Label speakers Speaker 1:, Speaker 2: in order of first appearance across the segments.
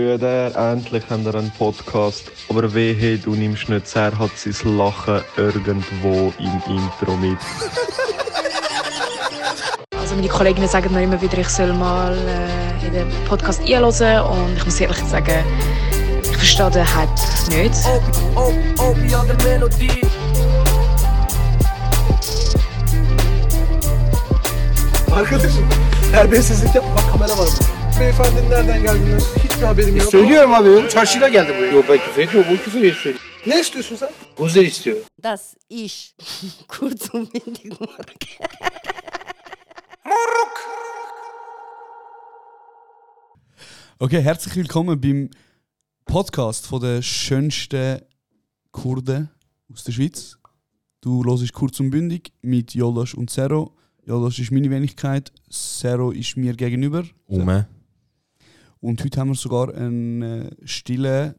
Speaker 1: Brüder, endlich haben wir einen Podcast. Aber wehe, du nimmst nicht zu Er hat sein Lachen irgendwo im Intro mit.
Speaker 2: Also meine Kolleginnen sagen mir immer wieder, ich soll mal äh, in den Podcast einhören und ich muss ehrlich sagen, ich verstehe den Hype nicht.
Speaker 3: Op, op, op, ja de melodie.
Speaker 4: Arkadaşım terbiyesizlik yapma bak kamera var burada. Beyefendinin nereden geldiğinden hiçbir haberim yok.
Speaker 5: Söylüyorum abi. Çarşıyla geldi buraya. Yok ben küfür etmiyorum. Bu küfür istiyor.
Speaker 4: Ne istiyorsun sen?
Speaker 5: Buzzer istiyor.
Speaker 6: dass ich kurz und bündig
Speaker 7: Okay, herzlich willkommen beim Podcast von der schönsten Kurden aus der Schweiz. Du hörst kurz und bündig mit Jolosch und Zero. Jolosch ist meine Wenigkeit, Zero ist mir gegenüber.
Speaker 1: Um.
Speaker 7: Und heute haben wir sogar einen äh, stillen,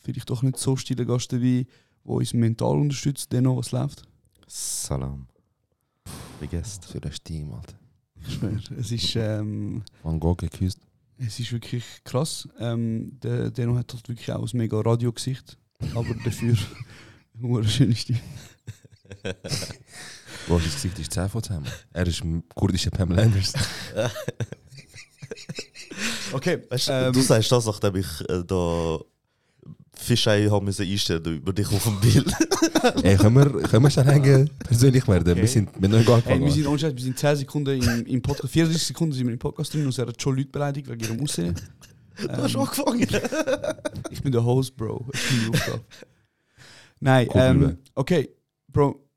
Speaker 7: vielleicht doch nicht so stillen Gast dabei, der uns mental unterstützt. Denno, was läuft?
Speaker 8: Salam. Vergesst. Für das Team, Alter.
Speaker 7: Ich schwöre, es ist... Ähm,
Speaker 8: Van Gogh geküsst.
Speaker 7: Es ist wirklich krass. Ähm, der Deno hat halt wirklich auch ein mega Radiogesicht, aber dafür eine schöne Stimme.
Speaker 8: Bro, sein Gesicht ist 10 von 10. Mann. Er ist ein kurdischer Pam Landers.
Speaker 7: Okay,
Speaker 9: Weißt,
Speaker 7: Ähm,
Speaker 9: du sagst das, nachdem ich äh, da Fischei haben müssen einstellen über dich auf dem Bild.
Speaker 8: Ey, können wir, können wir schnell hängen persönlich werden?
Speaker 7: Okay.
Speaker 8: Wir sind mit einem Gag
Speaker 7: hey, wir sind anscheinend, wir sind 10 Sekunden im, im Podcast, 40 Sekunden sind wir im Podcast drin und es werden schon Leute beleidigt wegen ihrem Aussehen.
Speaker 9: Du hast
Speaker 7: Ähm,
Speaker 9: angefangen.
Speaker 7: ich bin der Host, Bro. Das ist meine Aufgabe. Nein,
Speaker 8: Cool,
Speaker 7: ähm,
Speaker 8: Bruder.
Speaker 7: okay, Bro.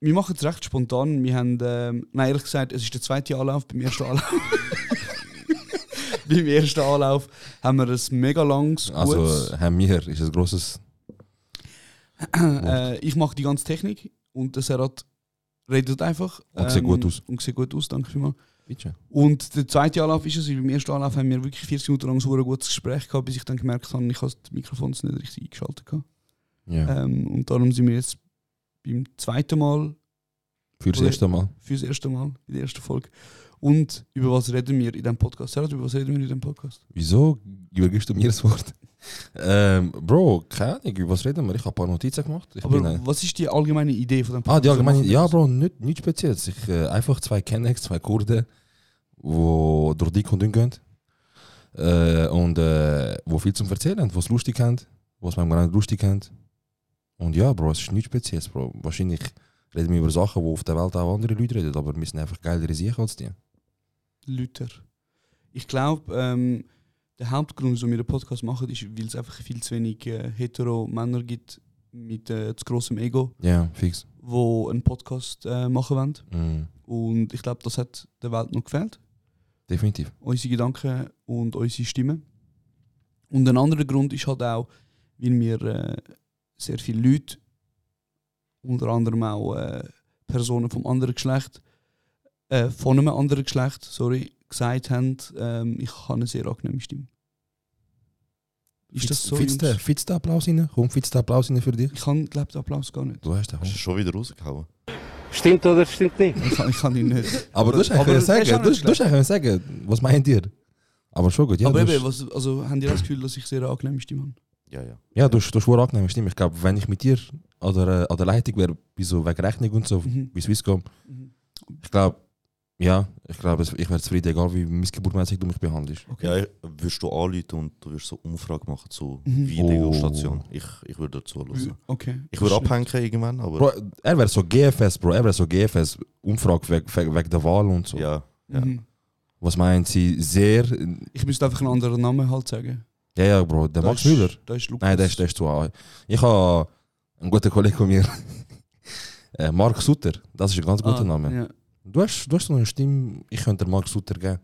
Speaker 7: Wir machen es recht spontan. Wir haben, ähm, nein, ehrlich gesagt, es ist der zweite Anlauf. Beim ersten Anlauf, beim ersten Anlauf haben wir ein mega langes, gutes...
Speaker 8: Also, Herr Mier ist ein grosses.
Speaker 7: äh, ich mache die ganze Technik und der Serat redet einfach. ähm,
Speaker 8: Und sieht gut aus.
Speaker 7: Und sieht gut aus, danke vielmals.
Speaker 8: Bitte.
Speaker 7: Und der zweite Anlauf ist es, weil beim ersten Anlauf haben wir wirklich 40 Minuten lang so ein gutes Gespräch gehabt, bis ich dann gemerkt habe, ich habe das Mikrofon nicht richtig eingeschaltet. Gehabt.
Speaker 8: Ja.
Speaker 7: Ähm, und darum sind wir jetzt beim zweiten Mal,
Speaker 8: Für das
Speaker 7: oder-
Speaker 8: erste Mal.
Speaker 7: fürs erste Mal, in der ersten Folge. Und über was reden wir in diesem Podcast? Serat, über was reden wir in diesem Podcast?
Speaker 8: Wieso übergibst du mir das Wort? Ähm, Bro, keine Ahnung, über was reden wir? Ich habe ein paar Notizen gemacht. Ich
Speaker 7: Aber
Speaker 8: bin, äh,
Speaker 7: was ist die allgemeine Idee von dem Podcast?
Speaker 8: Ah, die allgemeine.
Speaker 7: Wir machen
Speaker 8: Ja,
Speaker 7: das.
Speaker 8: Bro, nicht, nicht speziell. Ich, äh, einfach zwei Kennex, zwei Kurden, wo durch dick und dünn gehen. Äh, und äh, wo viel zum Erzählen haben, was lustig haben, was man gar nicht lustig haben. Und ja, Bro, es ist nichts Spezielles, Bro. Wahrscheinlich reden wir über Sachen, wo auf der Welt auch andere Leute reden, aber wir sind einfach geilere Sachen als die.
Speaker 7: Luther. Ich glaube, ähm, der Hauptgrund, wieso wir den Podcast machen, ist, weil es einfach viel zu wenig äh, hetero Männer gibt mit äh, zu großem Ego,
Speaker 8: Ja, fix.
Speaker 7: wo einen Podcast äh, machen wollen.
Speaker 8: Mm,
Speaker 7: Und ich glaube, das hat der Welt noch gefehlt.
Speaker 8: definitiv.
Speaker 7: Unsere Gedanken und unsere Stimmen. Und ein anderer Grund ist halt auch, weil wir äh, sehr viele Leute, unter anderem auch äh, Personen vom anderen Geschlecht, äh, von einem anderen Geschlecht, sorry, gesagt haben, ähm, ich habe eine sehr angenehme Stimme. Ist das so?
Speaker 8: Fitz der
Speaker 7: Jungs?
Speaker 8: fitz der Applaus rein? Komm, fitz der Applaus rein für dich.
Speaker 7: Ich kann glaub, den Applaus gar nicht.
Speaker 8: Du hast den.
Speaker 9: Hast du schon wieder rausgehauen?
Speaker 5: Stimmt oder stimmt nicht?
Speaker 7: Ich kann, ich kann ihn nicht.
Speaker 8: Aber du hast
Speaker 7: Aber-
Speaker 8: eigentlich
Speaker 7: aber-
Speaker 8: sagen,
Speaker 7: hast du auch
Speaker 8: du, du
Speaker 7: nicht
Speaker 8: hast eigentlich sagen, was meint ihr? Aber schon gut, ja.
Speaker 7: Aber
Speaker 8: du hast-
Speaker 7: eben, was, also, habt ihr das Gefühl, dass ich sehr eine angenehme Stimme habe?
Speaker 9: Ja, ja.
Speaker 8: Ja, du hast wohl angenehm, stimmt. Ich glaube, wenn ich mit dir an der, äh, an der Leitung wäre, bei so wegen Rechnung und so,
Speaker 7: Mhm.
Speaker 8: bei Swisscom,
Speaker 7: Mhm.
Speaker 8: ich glaube, ja, ich glaube, es- ich wäre zufrieden, egal wie missgeburtmäßig du mich behandelst.
Speaker 7: Okay.
Speaker 9: ja ich, würdest du anrufen und du würdest so eine Umfrage machen zu
Speaker 7: Mhm.
Speaker 8: Oh.
Speaker 9: Videostation. Ich, ich würde dazu hören.
Speaker 7: Okay.
Speaker 9: Ich würde abhängen irgendwann, aber
Speaker 8: Bro, er wäre so GFS, Bro, er wäre so GFS, Umfrage wegen weg, weg der Wahl und so.
Speaker 9: ja. Ja.
Speaker 7: Mhm.
Speaker 8: Was meinen Sie? Sehr.
Speaker 7: Ich müsste einfach einen anderen Namen halt sagen.
Speaker 8: Ja, ja, Bro, der
Speaker 7: Da
Speaker 8: Max
Speaker 7: ist-
Speaker 8: Müller.
Speaker 7: Da ist Lukas.
Speaker 8: Nein, das ist, das ist zu alt. Ich habe einen guten Kollegen von mir, äh, Mark Sutter, das ist ein ganz guter
Speaker 7: Ah,
Speaker 8: Name.
Speaker 7: Ja.
Speaker 8: Du hast, du hast so eine Stimme, ich könnte Mark Sutter geben.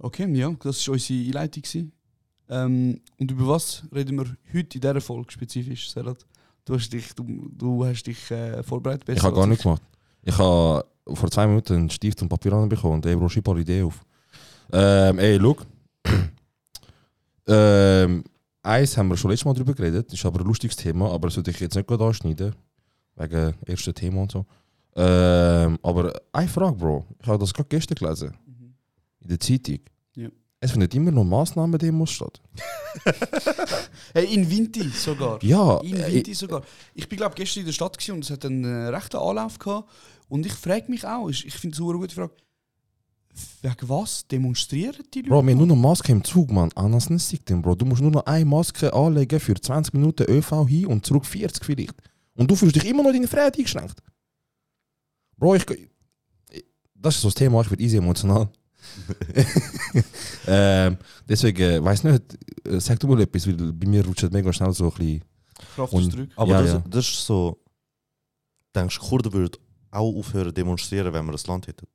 Speaker 7: Okay, ja, das war unsere Einleitung. gewesen. Ähm, und über was reden wir heute in dieser Folge spezifisch, Serat? Du hast dich, du, du hast dich äh, vorbereitet.
Speaker 8: Ich
Speaker 7: besser
Speaker 8: habe gar
Speaker 7: als
Speaker 8: nichts gemacht. Ich habe vor zwei Minuten einen Stift und Papier bekommen und ey, Bro, schieb eine Idee auf. Ähm, ey, schau. ähm, eins haben wir schon letztes Mal drüber geredet, ist aber ein lustiges Thema, aber das würde ich jetzt nicht gerade anschneiden, wegen ersten eh, Thema Ehm, und so. Ähm, aber eine Frage, Bro. Ich habe das gerade gestern gelesen,
Speaker 7: Mhm.
Speaker 8: in der Zeitung.
Speaker 7: Ja.
Speaker 9: Es findet immer noch Massnahmen-Demos statt.
Speaker 7: Hey, in Vinti sogar.
Speaker 9: Ja,
Speaker 7: In
Speaker 8: eh,
Speaker 9: äh,
Speaker 7: Vinti sogar. Ich bin, glaube gestern in der Stadt gewesen und es hat einen äh, rechten Anlauf gehabt. Und ich frage mich auch, ich ich finde es eine gute Frage, wegen was demonstrieren die Leute?
Speaker 9: Bro, wir haben nur noch Maske im Zug, Mann. Anders nicht sick, denn, Bro. Du musst nur noch eine Maske anlegen für 20 Minuten ÖV hin und zurück 40 vielleicht. Und du fühlst dich immer noch in deine Freiheit eingeschränkt. Bro, ich. ich- Das ist so das Thema, ich werde easy emotional. ähm, deswegen, weiß nicht, äh, sag du mal etwas, weil bei mir rutscht mega schnell so ein bisschen.
Speaker 7: Kraftausdrück.
Speaker 8: Aber
Speaker 9: Ja,
Speaker 8: das,
Speaker 9: ja.
Speaker 8: das ist so. Denkst du, Kurden würden auch aufhören zu demonstrieren, wenn wir das Land hätten?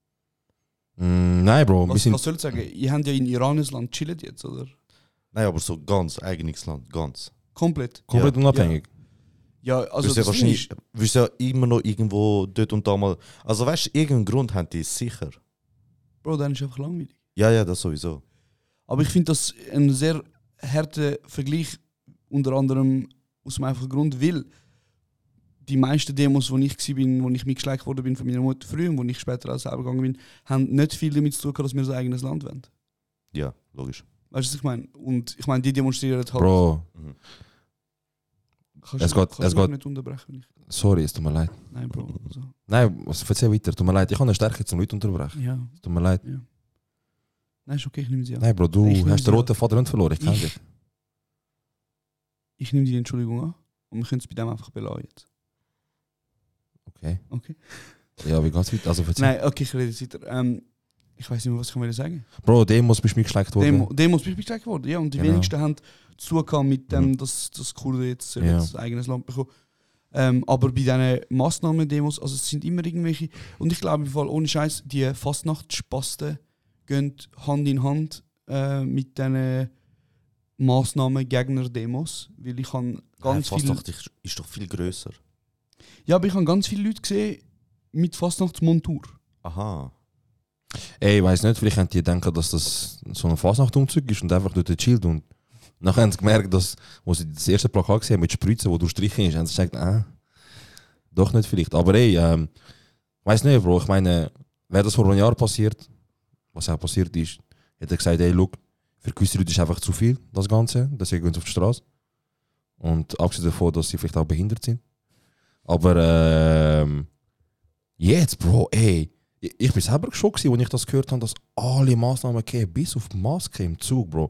Speaker 9: Mm, nein, Bro, wir
Speaker 7: Was,
Speaker 9: sind.
Speaker 7: was soll ich sagen? Ihr habt ja in Iran das Land chillt jetzt, oder?
Speaker 8: Nein, aber so ganz eigenes Land, ganz.
Speaker 7: Komplett.
Speaker 9: Komplett unabhängig.
Speaker 7: Ja, also
Speaker 8: Also ja
Speaker 7: das Ding
Speaker 8: wahrscheinlich,
Speaker 7: ist,
Speaker 8: wirst ja immer noch irgendwo dort und da mal. Also weißt du, irgendeinen Grund haben die sicher.
Speaker 7: Bro, dann ist einfach langweilig.
Speaker 8: Ja, ja, das sowieso.
Speaker 7: Aber ich finde das ein sehr harter Vergleich, unter anderem aus dem einfachen Grund, weil die meisten Demos, wo ich war, wo ich mitgeschlagen worden bin von meiner Mutter früher und wo ich später auch selber gegangen bin, haben nicht viel damit zu tun, gehabt, dass wir unser eigenes Land wollen.
Speaker 8: Ja, logisch.
Speaker 7: Weißt du, was ich meine? Und ich meine, die demonstrieren halt.
Speaker 9: Bro,
Speaker 7: kannst
Speaker 9: es
Speaker 7: du-
Speaker 9: geht-
Speaker 7: kannst
Speaker 9: es
Speaker 7: du mich
Speaker 9: geht-
Speaker 7: nicht unterbrechen. wenn Ich,
Speaker 9: sorry, es tut mir leid.
Speaker 7: nein, Bro. Also,
Speaker 9: Nein, was- erzähl weiter, tut mir leid. Ich habe eine Stärke zum Leute unterbrechen.
Speaker 7: ja.
Speaker 9: Es tut mir leid.
Speaker 7: Nein, ist okay, ich nehme sie an.
Speaker 9: Nein, Bro, du
Speaker 7: Ich nehme
Speaker 9: hast den
Speaker 7: sie-
Speaker 9: roten Faden nicht verloren. Ich kenne
Speaker 7: Ich-
Speaker 9: dich.
Speaker 7: Ich nehme die Entschuldigung an und wir können es bei dem einfach belassen jetzt.
Speaker 9: Okay.
Speaker 7: Okay.
Speaker 9: Ja, wie geht's weiter? Also, erzähl.
Speaker 7: Nein, okay, ich rede jetzt weiter. Ähm, ich weiß nicht mehr, was ich will sagen.
Speaker 9: Bro, Demos bist du mir geschleckt worden.
Speaker 7: Demo, Demos bin ich beschlagen worden, ja. Und die
Speaker 9: Genau.
Speaker 7: wenigsten haben zugekommen mit dem,
Speaker 9: Mhm.
Speaker 7: dass das Kurden jetzt
Speaker 9: Ja.
Speaker 7: ja. ein eigenes Land bekommen. Ähm, aber bei diesen Massnahmen-Demos, also es sind immer irgendwelche, und ich glaube im Fall ohne Scheiß, die Fastnachtsspasten gehen Hand in Hand äh, mit diesen Massnahmen-Gegner-Demos, weil ich habe ganz
Speaker 8: Nein,
Speaker 7: viel...
Speaker 8: Fastnacht ist- ist doch viel grösser.
Speaker 7: Ja, aber ich habe ganz viele Leute gesehen mit Fastnachtsmontur.
Speaker 8: Aha.
Speaker 9: Ey, ich weiss nicht, vielleicht haben die denken, dass das so ein Fasnachtumzug ist und einfach dort chillt. Und nachher haben sie gemerkt, dass, wo sie das erste Plakat gesehen haben mit Spritzen, wo du strichen ist, haben sie gesagt, ah, doch nicht vielleicht. Aber ey, ähm, weiss nicht, Bro, ich meine, wäre das vor einem Jahr passiert, was auch passiert ist, hätte ich gesagt, ey, look, für gewisse Leute ist einfach zu viel, das Ganze, deswegen gehen sie auf die Straße. Und abgesehen davon, dass sie vielleicht auch behindert sind. Aber ähm, jetzt, Bro, ey, ich, ich bin selber geschockt, gewesen, als ich das gehört habe, dass alle Massnahmen gehen, bis auf die Maske im Zug, Bro.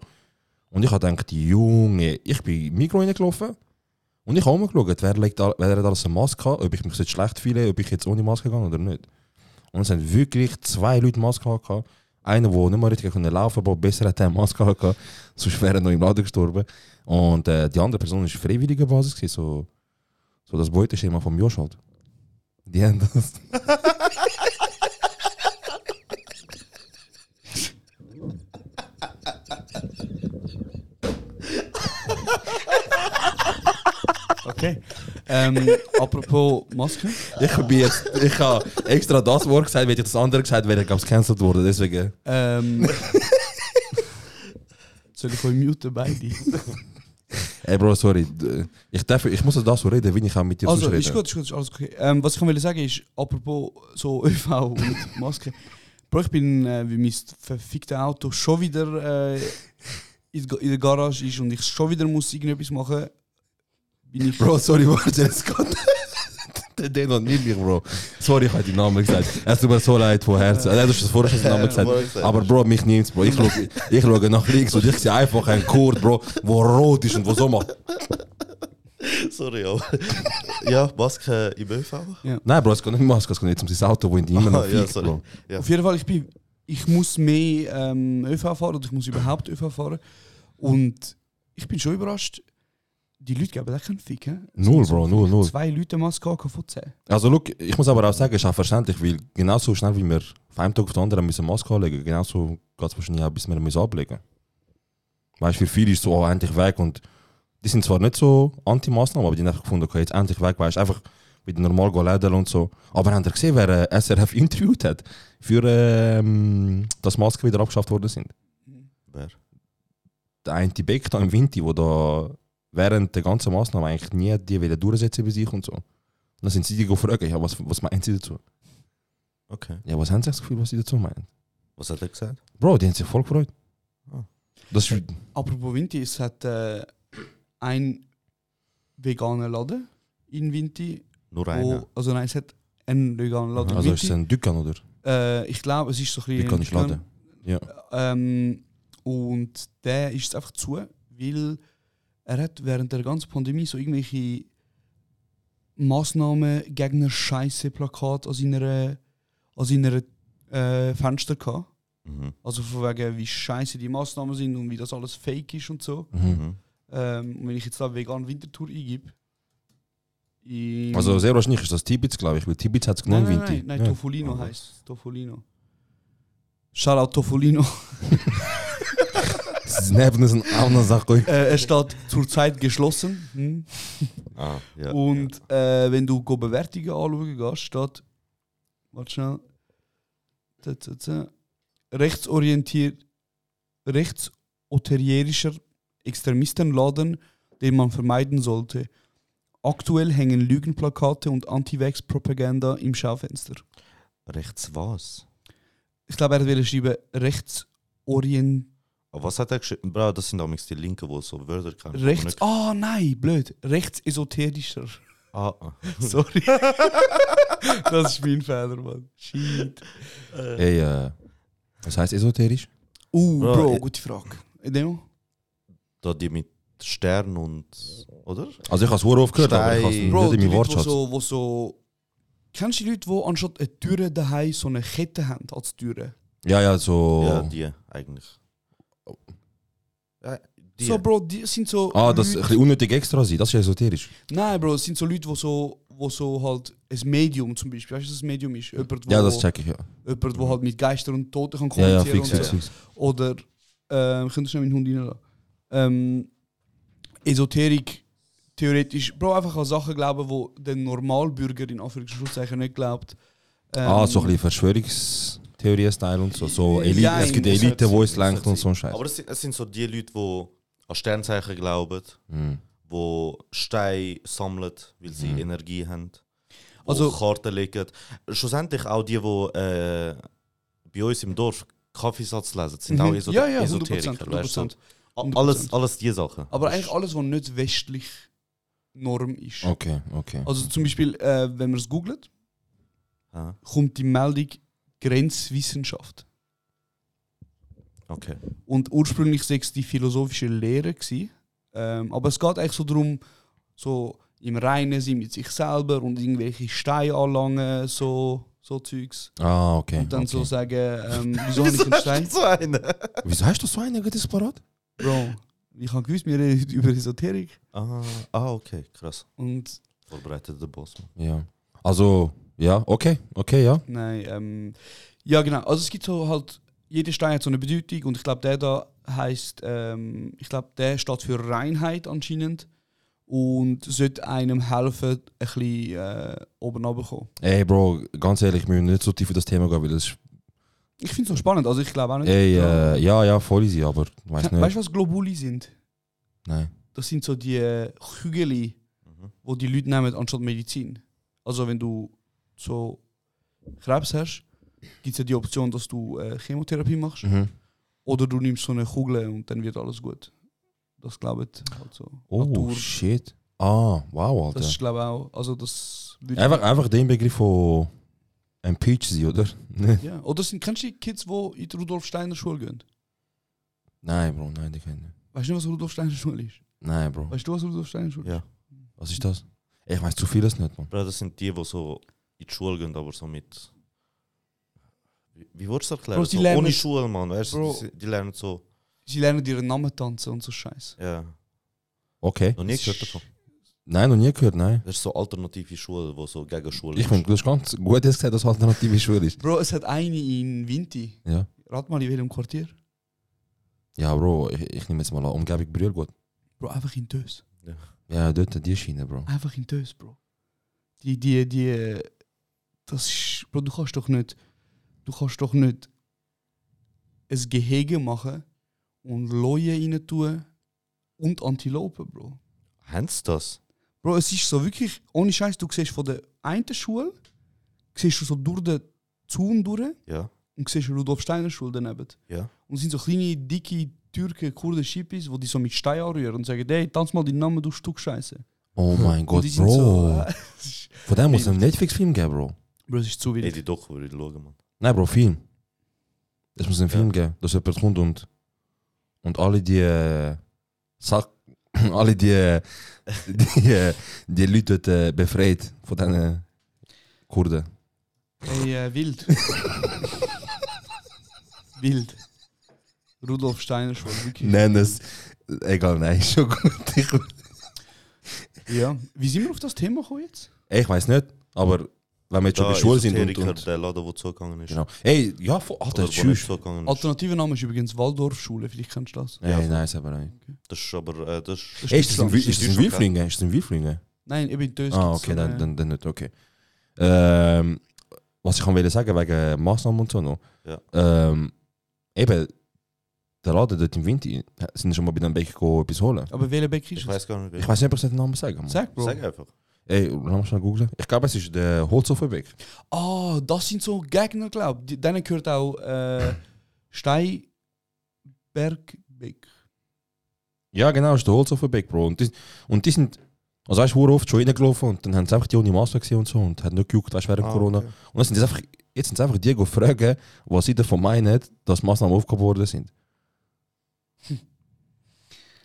Speaker 9: Und ich habe gedacht, Junge, ich bin in Migros reingelaufen und ich habe rumgeschaut, wer, legt, all- wer hat alles eine Maske an, ob ich mich jetzt schlecht fühle, ob ich jetzt ohne Maske gehe oder nicht. Und es haben wirklich zwei Leute Maske gehabt. Einer, der nicht mehr richtig konnte laufen konnte, besser hat eine Maske gehabt, sonst wäre er noch im Laden gestorben. Und äh, die andere Person war auf freiwilliger Basis, gewesen, so, so das Beuteschema vom Josh halt. Die haben das...
Speaker 7: Okay. ähm, apropos Masken.
Speaker 9: Ich habe jetzt, ich habe extra das Wort gesagt, wenn ich das andere gesagt wäre, ich es cancelled worden. Deswegen.
Speaker 7: Ähm, soll ich euch muten beide?
Speaker 9: Ey Bro, sorry. D- Ich, darf, ich muss das so reden, wie ich auch mit dir
Speaker 7: Also,
Speaker 9: sonst
Speaker 7: ist
Speaker 9: rede.
Speaker 7: gut, ist gut, ist alles okay. Ähm, was ich wollte sagen ist, apropos so ÖV und Maske. Bro, ich bin, äh, wie mein verficktes Auto schon wieder äh, in der Ga- in der Garage ist und ich schon wieder muss irgendetwas machen, bin ich...
Speaker 9: Bro, sorry, warte, es geht. Der Denon nimmt mich, Bro. Sorry, ich habe deinen Namen gesagt. Es tut mir so leid von Herzen. Nein, du hast das vorher schon den Namen gesagt. Aber Bro, mich nimmt's, Bro. Ich schaue, ich schaue nach links und ich sehe einfach einen Kurt, Bro, der rot ist und wo so macht.
Speaker 8: Sorry, aber. ja, äh, Maske im ÖV.
Speaker 9: Nein, Bro, es geht nicht um Maske, es geht jetzt um sein Auto, wo in die immer noch
Speaker 8: Ah, ja,
Speaker 9: fliegt,
Speaker 8: sorry.
Speaker 9: Bro.
Speaker 8: Ja.
Speaker 7: Auf jeden Fall, ich, bin, ich muss mehr ähm, ÖV fahren oder ich muss überhaupt ÖV fahren. Und ich bin schon überrascht, die Leute geben echt keinen Fick. hä? Es
Speaker 9: Null,
Speaker 7: sind so
Speaker 9: Bro, null, null.
Speaker 7: Zwei Leute Maske gehabt von 10.
Speaker 9: Also, look, ich muss aber auch sagen, es ist auch verständlich, weil genauso schnell wie wir von einem Tag auf den anderen müssen Maske anlegen, genauso geht es wahrscheinlich auch, bis wir müssen ablegen Weißt du, für viele ist so, oh, endlich weg. Und die sind zwar nicht so anti-Massnahmen, aber die haben einfach gefunden, okay, jetzt endlich weg, weißt du, einfach wieder normal gehen lädeln und so. Aber habt ihr gesehen, wer äh, SRF interviewt hat, für ähm, dass Masken wieder abgeschafft worden sind?
Speaker 8: Wer?
Speaker 9: Der eine Beck da im Winter, der da während der ganzen Massnahmen eigentlich nie die wieder durchsetzen bei sich und so. Und dann sind sie die gefragt, ja, was, was meinen sie dazu?
Speaker 8: Okay.
Speaker 9: Ja, was haben sie das Gefühl, was sie dazu meinen?
Speaker 8: Was hat er gesagt?
Speaker 9: Bro, die haben sich voll gefreut.
Speaker 8: Ah.
Speaker 9: Das ist,
Speaker 7: Apropos Vinti, es hat äh, ein veganer Laden in Vinti.
Speaker 8: Nur einer.
Speaker 7: Wo, also nein, es hat einen veganen Laden
Speaker 9: also
Speaker 7: in
Speaker 9: ist es
Speaker 7: Vinti.
Speaker 9: ein Dükkan, oder?
Speaker 7: äh, ich glaube, es ist so ein bisschen...
Speaker 9: Dükkan ist Laden. Ja.
Speaker 7: Ähm, und der ist jetzt einfach zu, weil er hat während der ganzen Pandemie so irgendwelche Massnahmen gegen eine scheiße Plakat an seiner, an seiner äh, Fenster gehabt.
Speaker 8: Mhm.
Speaker 7: Also von wegen, wie scheiße die Massnahmen sind und wie das alles fake ist und so.
Speaker 9: Mhm.
Speaker 8: Mhm.
Speaker 7: Ähm, und wenn ich jetzt da vegan Wintertour eingib, im-
Speaker 9: Also sehr wahrscheinlich ist das Tibitz, glaube ich, weil Tibitz hat es
Speaker 7: nein,
Speaker 9: genommen,
Speaker 7: nein,
Speaker 9: Vinti.
Speaker 7: nein, nein,
Speaker 9: Ja.
Speaker 7: Tofolino
Speaker 9: Aber-
Speaker 7: heißt es. Tofolino. Shoutout Tofolino.
Speaker 9: Snapen ist eine andere Sache.
Speaker 7: äh, er steht zurzeit geschlossen. Hm?
Speaker 8: Ah, ja,
Speaker 7: Und äh, wenn du go Bewertungen anschauen gehst, steht. Warte schnell. Da, da, da. Rechtsorientiert. Rechtsoterierischer Extremistenladen, den man vermeiden sollte. Aktuell hängen Lügenplakate und Anti-Vax-Propaganda im Schaufenster.
Speaker 8: ja. Rechts was?
Speaker 7: Ich glaube, er will schreiben rechtsorientiert.
Speaker 8: Aber was hat er geschrieben? Bro, das sind damals die Linken, die so Wörter kennen. die man
Speaker 7: Rechts.
Speaker 8: nicht-
Speaker 7: Oh nein, blöd. Rechtsesoterischer.
Speaker 8: Ah, ah.
Speaker 7: Sorry. das ist mein Fehler, Mann. Shit.
Speaker 9: Ey, äh, was heißt esoterisch?
Speaker 7: Uh,
Speaker 8: Bro,
Speaker 7: Bro,
Speaker 8: eh-
Speaker 7: gute Frage. Demo?
Speaker 8: Da die mit Stern und. Oder?
Speaker 9: Also ich habe es sehr oft gehört, aber ich habe es
Speaker 8: Stein.
Speaker 9: nicht
Speaker 7: Bro,
Speaker 9: in
Speaker 7: die
Speaker 9: meinem
Speaker 7: Leute, die
Speaker 9: Wortschatz.
Speaker 7: so, wo so... Kennst du die Leute, die anstatt eine Türe daheim so eine Kette haben als Türe?
Speaker 9: Ja, ja, so...
Speaker 8: Ja, die eigentlich.
Speaker 9: Oh.
Speaker 8: Ja, die.
Speaker 7: So, Bro, die sind so...
Speaker 9: ah, das ist ein
Speaker 7: Leute,
Speaker 9: bisschen unnötig extra sein, das ist esoterisch.
Speaker 7: Nein, Bro, es sind so Leute, die so, wo so halt ein Medium zum Beispiel, weißt du, was ein Medium ist? Jemand, wo,
Speaker 9: Ja, das check ich, ja.
Speaker 7: jemand, wo halt mit Geistern und Toten kann
Speaker 9: Ja, ja,
Speaker 7: kommunizieren
Speaker 9: fix,
Speaker 7: und
Speaker 9: fix,
Speaker 7: so.
Speaker 9: fix.
Speaker 7: Oder, ähm, könntest du schnell meinen Hund reinlassen? Ähm, Esoterik, theoretisch, Bro, einfach an Sachen glauben, wo der Normalbürger in Anführungszeichen nicht glaubt. Ähm,
Speaker 9: Ah, so ein bisschen Verschwörungstheorie-Style und so. so Elite,
Speaker 7: Ja,
Speaker 9: es gibt
Speaker 7: in-
Speaker 9: Elite, die es
Speaker 8: in-
Speaker 9: lenkt und so ein Scheiß.
Speaker 8: Aber es sind, es sind so die Leute, die an Sternzeichen glauben,
Speaker 9: Mhm.
Speaker 8: die Steine sammeln, weil sie Energie haben. die
Speaker 7: Mhm. Also-
Speaker 8: Karten legen. Schlussendlich auch die, die äh, bei uns im Dorf Kaffeesatz lesen, sind auch Esoter
Speaker 7: Mhm. ja, ja, 100%,
Speaker 8: Esoteriker.
Speaker 7: 100%,
Speaker 8: weißt du? A-
Speaker 7: 100%.
Speaker 8: Alles, alles diese Sachen.
Speaker 7: Aber eigentlich alles, was nicht westlich Norm ist.
Speaker 9: Okay, okay.
Speaker 7: Also zum Beispiel, äh, wenn man es googelt,
Speaker 8: Ah,
Speaker 7: kommt die Meldung Grenzwissenschaft.
Speaker 8: okay.
Speaker 7: Und ursprünglich war es die philosophische Lehre. Gewesen, ähm, aber es geht eigentlich so darum, so im Reinen sein mit sich selber und irgendwelche Steine anlangen, so, so Zeugs.
Speaker 9: Ah, okay.
Speaker 7: Und dann so
Speaker 9: okay.
Speaker 7: sagen, ähm, wieso habe ich einen Stein?
Speaker 8: So eine.
Speaker 9: Wieso hast du so einen gutes Parat?
Speaker 7: Bro, ich habe gewusst, wir reden heute über Esoterik.
Speaker 8: Ah, ah, okay, krass.
Speaker 7: Und
Speaker 8: Vorbereitet der Boss. Mann.
Speaker 9: Ja. Also, ja, okay, okay, ja.
Speaker 7: Nein, ähm, ja genau. Also es gibt so halt, jeder Stein hat so eine Bedeutung und ich glaube der da heißt, ähm, ich glaube der steht für Reinheit anscheinend und sollte einem helfen, ein bisschen äh, oben runterzukommen.
Speaker 9: Ey, Bro, ganz ehrlich, wir müssen nicht so tief in das Thema gehen, weil das ist.
Speaker 7: Ich finde es noch spannend, also ich glaube auch nicht.
Speaker 9: Ey, äh, ja, ja, voll easy, aber weiß nicht.
Speaker 7: weißt du was Globuli sind?
Speaker 9: Nein.
Speaker 7: Das sind so die äh, Kügeli,
Speaker 8: Mhm.
Speaker 7: wo die Leute nehmen anstatt Medizin. Also wenn du so Krebs hast, gibt es ja die Option, dass du äh, Chemotherapie machst.
Speaker 9: Mhm.
Speaker 7: Oder du nimmst so eine Kugel und dann wird alles gut. Das glaube ich halt so.
Speaker 9: Oh,
Speaker 7: Natur.
Speaker 9: shit. Ah, wow, Alter.
Speaker 7: Das ist glaube ich auch, also das würde
Speaker 9: Einfach, einfach den Begriff von ein Peach sein, oder?
Speaker 7: ich, ja. Oder sind, kennst du die Kids, die in die Rudolf Steiner Schule gehen?
Speaker 9: nein, Bro, nein, die kennen nicht.
Speaker 7: Weißt du nicht, was Rudolf Steiner Schule ist?
Speaker 9: Nein, Bro.
Speaker 7: Weißt du, was Rudolf Steiner Schule ist?
Speaker 8: Ja.
Speaker 9: Was ist das? Ey, Ich weiß zu vieles nicht, Mann.
Speaker 8: Bro, das sind die, die so in die Schule gehen, aber so mit. Wie, wie würdest du das erklären?
Speaker 7: Bro, die
Speaker 8: so
Speaker 7: lernen-
Speaker 8: ohne Schule, Mann. Weißt du,
Speaker 7: Bro.
Speaker 8: die, die lernen so.
Speaker 7: Sie lernen ihren Namen tanzen und so Scheiß.
Speaker 8: Ja.
Speaker 9: Okay.
Speaker 8: Noch nie gehört davon.
Speaker 9: Nein, noch nie gehört, nein.
Speaker 8: Das ist so alternative Schule, die so gegen Schule
Speaker 9: Ich finde,
Speaker 8: ist.
Speaker 9: du hast ganz gut jetzt gesagt, dass alternative Schule ist.
Speaker 7: Bro, es hat eine in Vinti.
Speaker 9: Ja.
Speaker 7: Rat mal in welchem Quartier?
Speaker 9: Ja, Bro, ich, ich nehme jetzt mal an, Umgebung Brühl gut.
Speaker 7: Bro, einfach in Dös.
Speaker 9: Ja, dort, die Schiene, Bro.
Speaker 7: Einfach in Dös, Bro. Die, die, die. Das ist. Bro, du kannst doch nicht. Du kannst doch nicht. ein Gehege machen und Leue rein tun und Antilopen, Bro.
Speaker 8: Haben sie das?
Speaker 7: Bro, es ist so wirklich. Ohne Scheiß, du siehst von der einen Schule. siehst du so durch den Zaun durch
Speaker 8: Ja.
Speaker 7: und siehst Rudolf Steiner Schule daneben.
Speaker 8: Ja.
Speaker 7: Und es sind so kleine, dicke Türken, Kurden, Schippis, die die so mit Stein anrühren und sagen, hey, tanz mal deinen Namen, du Stück Scheiße.
Speaker 9: Oh mein
Speaker 7: Und
Speaker 9: Gott,
Speaker 7: die sind
Speaker 9: Bro.
Speaker 7: so, äh,
Speaker 9: Von dem muss es einen Netflix-Film geben, Bro.
Speaker 7: Bro, es ist zu
Speaker 8: Ey,
Speaker 7: wild.
Speaker 8: die Doku würde ich schauen, Mann.
Speaker 9: Nein, Bro, Film. Es muss einen Film geben, dass jemand kommt und, und alle die äh, Sack, alle die, äh, die, äh, die Leute dort, äh, befreit von diesen Kurden.
Speaker 7: Ey, äh, wild. wild. Rudolf Steiner Schule, wirklich.
Speaker 9: Nein, das. Egal, nein, ist schon gut. Ich,
Speaker 7: Ja. Wie sind wir auf das Thema gekommen jetzt?
Speaker 9: Ey, ich weiß nicht, aber wenn wir jetzt schon
Speaker 8: Da
Speaker 9: bei Schule
Speaker 8: ist
Speaker 9: sind und.
Speaker 8: Esoteriker,
Speaker 9: und
Speaker 8: Der Laden, der zugegangen ist.
Speaker 9: genau. Ey, ja, vo-
Speaker 8: Oder
Speaker 9: Alter,
Speaker 8: wo nicht
Speaker 9: tschüss. Oh,
Speaker 8: zugegangen ist.
Speaker 7: Alternativer Name ist übrigens Waldorfschule, vielleicht kennst du das.
Speaker 9: Ey, Hm. nein, ist aber nicht.
Speaker 8: Das ist aber, äh, das ist
Speaker 9: Ey, ist das in, Wi- ist das in
Speaker 8: Deutschland, ja.
Speaker 9: Wilflingen? Ist das in Wilflingen?
Speaker 7: Nein, eben in Dös
Speaker 9: Ah,
Speaker 7: gibt's
Speaker 9: okay,
Speaker 7: so eine-
Speaker 9: dann, dann, dann nicht, okay. Ähm, was ich wollte sagen wegen Massnahmen und so noch.
Speaker 8: Ja.
Speaker 9: Ähm, eben, der Laden dort im Winter, sind schon mal bei dem Bäcker gegangen, etwas holen.
Speaker 7: Aber welcher Beck ist
Speaker 8: Ich
Speaker 7: es?
Speaker 8: weiß gar nicht,
Speaker 9: Ich
Speaker 8: wie.
Speaker 9: weiß nicht, ob ich den Namen sagen muss.
Speaker 7: Sag, Bro.
Speaker 8: Sag einfach.
Speaker 9: Ey, lass mich schnell googeln. Ich glaube, es ist der Holzhofenweg.
Speaker 7: Ah, das sind so Gegner, glaube ich. Denen gehört auch äh, Steinbergbeck.
Speaker 9: Ja, genau, es ist der Holzhofenweg, Bro. Und die, und die sind, also weißt du, wurde oft schon reingelaufen und dann haben sie einfach die ohne Maske gesehen und so und haben nicht gejuckt, weißt du, während
Speaker 8: Ah,
Speaker 9: Corona.
Speaker 8: okay.
Speaker 9: Und jetzt sind, sie einfach, jetzt sind sie einfach die gefragt, was sie davon meinen, dass Massnahmen aufgehoben worden sind.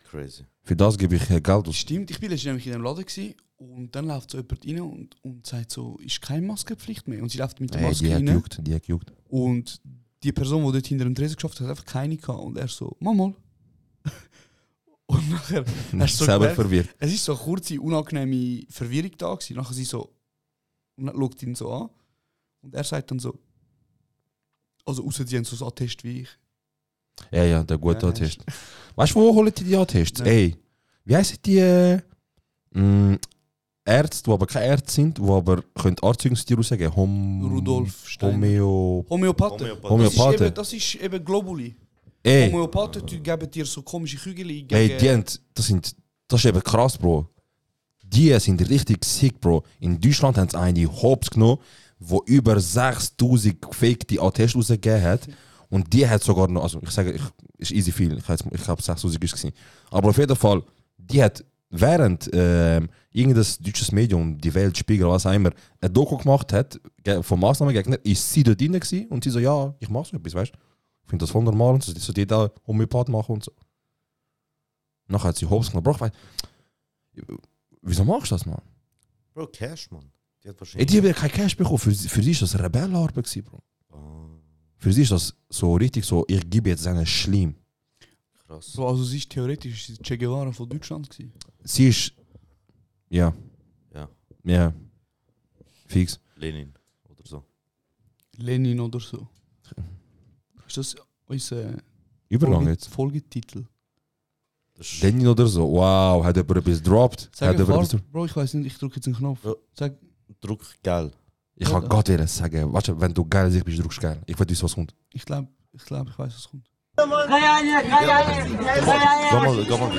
Speaker 8: Crazy.
Speaker 9: Für das gebe ich äh, Geld aus.
Speaker 7: Stimmt, ich war letztens nämlich in dem Laden gewesen, und dann läuft so jemand rein und, und sagt so, ist keine Maskenpflicht mehr. Und sie läuft mit der
Speaker 9: Ey,
Speaker 7: Maske
Speaker 9: die hat
Speaker 7: rein
Speaker 9: gejuckt, die hat gejuckt.
Speaker 7: und die Person, die dort hinter dem Tresen geschafft hat, hat einfach keine gehabt. Und er so, mach mal. und nachher,
Speaker 9: Er
Speaker 7: Hast du so
Speaker 9: selber
Speaker 7: gemerkt?
Speaker 9: verwirrt.
Speaker 7: es ist so eine kurze, unangenehme Verwirrung da gewesen. Nachher sie so, und dann schaut ihn so an und er sagt dann so, also außer sie haben so ein Attest wie ich.
Speaker 9: Ja, ja, der gute
Speaker 7: Ja,
Speaker 9: Attest. Weißt du, wo holen die die Attests?
Speaker 7: Ja.
Speaker 9: Ey, wie heißen die äh, mh, Ärzte, die aber keine Ärzte sind, die aber können Arztzeugnis rausgeben Hom
Speaker 7: Rudolf Steiner.
Speaker 9: Homeo...
Speaker 7: Homöopathen. Das
Speaker 8: Homöopathie.
Speaker 7: ist,
Speaker 9: Homöopathen.
Speaker 7: eben, das ist eben Globuli.
Speaker 9: Ey,
Speaker 7: Homöopathen die geben dir so komische Kügel gegen...
Speaker 9: ey, die haben, das, sind, das ist eben krass, Bro. Die sind richtig sick, Bro. In Deutschland haben sie eine Hops genommen, die über 6000 gefakte Attests rausgegeben hat. Und die hat sogar noch, also ich sage, ich, ist easy viel, ich, weiß- ich glaube 6000 ist gesehen. Aber auf jeden Fall, die hat während ähm, irgendein deutsches Medium, die Welt, Spiegel, was auch immer, ein Doku gemacht hat ge- von Massnahmengegner, ist sie dort drin gewesen und sie so, ja, ich mache so etwas, weißt du? Ich finde das voll normal und so, so die da Homöopath machen und so. Nachher hat sie Hobbs gebracht, weil, wieso machst du das, Mann?
Speaker 8: Bro, Cash, Mann. Die hat wahrscheinlich.
Speaker 9: Ey, die haben ja kein Cash bekommen, für, sie- für sie ist das Rebellenarbeit gewesen, Bro.
Speaker 8: Ah,
Speaker 9: Für sie ist das so richtig so, ich gebe jetzt einen schlimm.
Speaker 8: krass.
Speaker 7: So, also sie ist theoretisch sie ist Che Guevara von Deutschland gewesen.
Speaker 9: Sie ist. Ja.
Speaker 8: Ja.
Speaker 9: Ja. Fix.
Speaker 8: Lenin oder so.
Speaker 7: Lenin oder so. Ist das unser
Speaker 9: Überlang
Speaker 7: Folge-
Speaker 9: jetzt.
Speaker 7: Folgetitel?
Speaker 8: Das ist
Speaker 9: Lenin oder so. Wow, hat jemand etwas gedroppt? Hat
Speaker 7: Sag
Speaker 9: jemand etwas
Speaker 7: einfach,
Speaker 9: gedroppt?
Speaker 7: Bro, ich weiß nicht, ich drücke jetzt einen Knopf.
Speaker 8: Ja.
Speaker 7: Sag,
Speaker 8: Druck, geil.
Speaker 9: Ich kann Gott wieder sagen, weißt du, wenn du geil sicher bist, drückst du geil. Ich will wissen, was kommt.
Speaker 7: ich glaube, ich, glaub, ich weiß, was kommt.
Speaker 9: Geh mal, geh mal.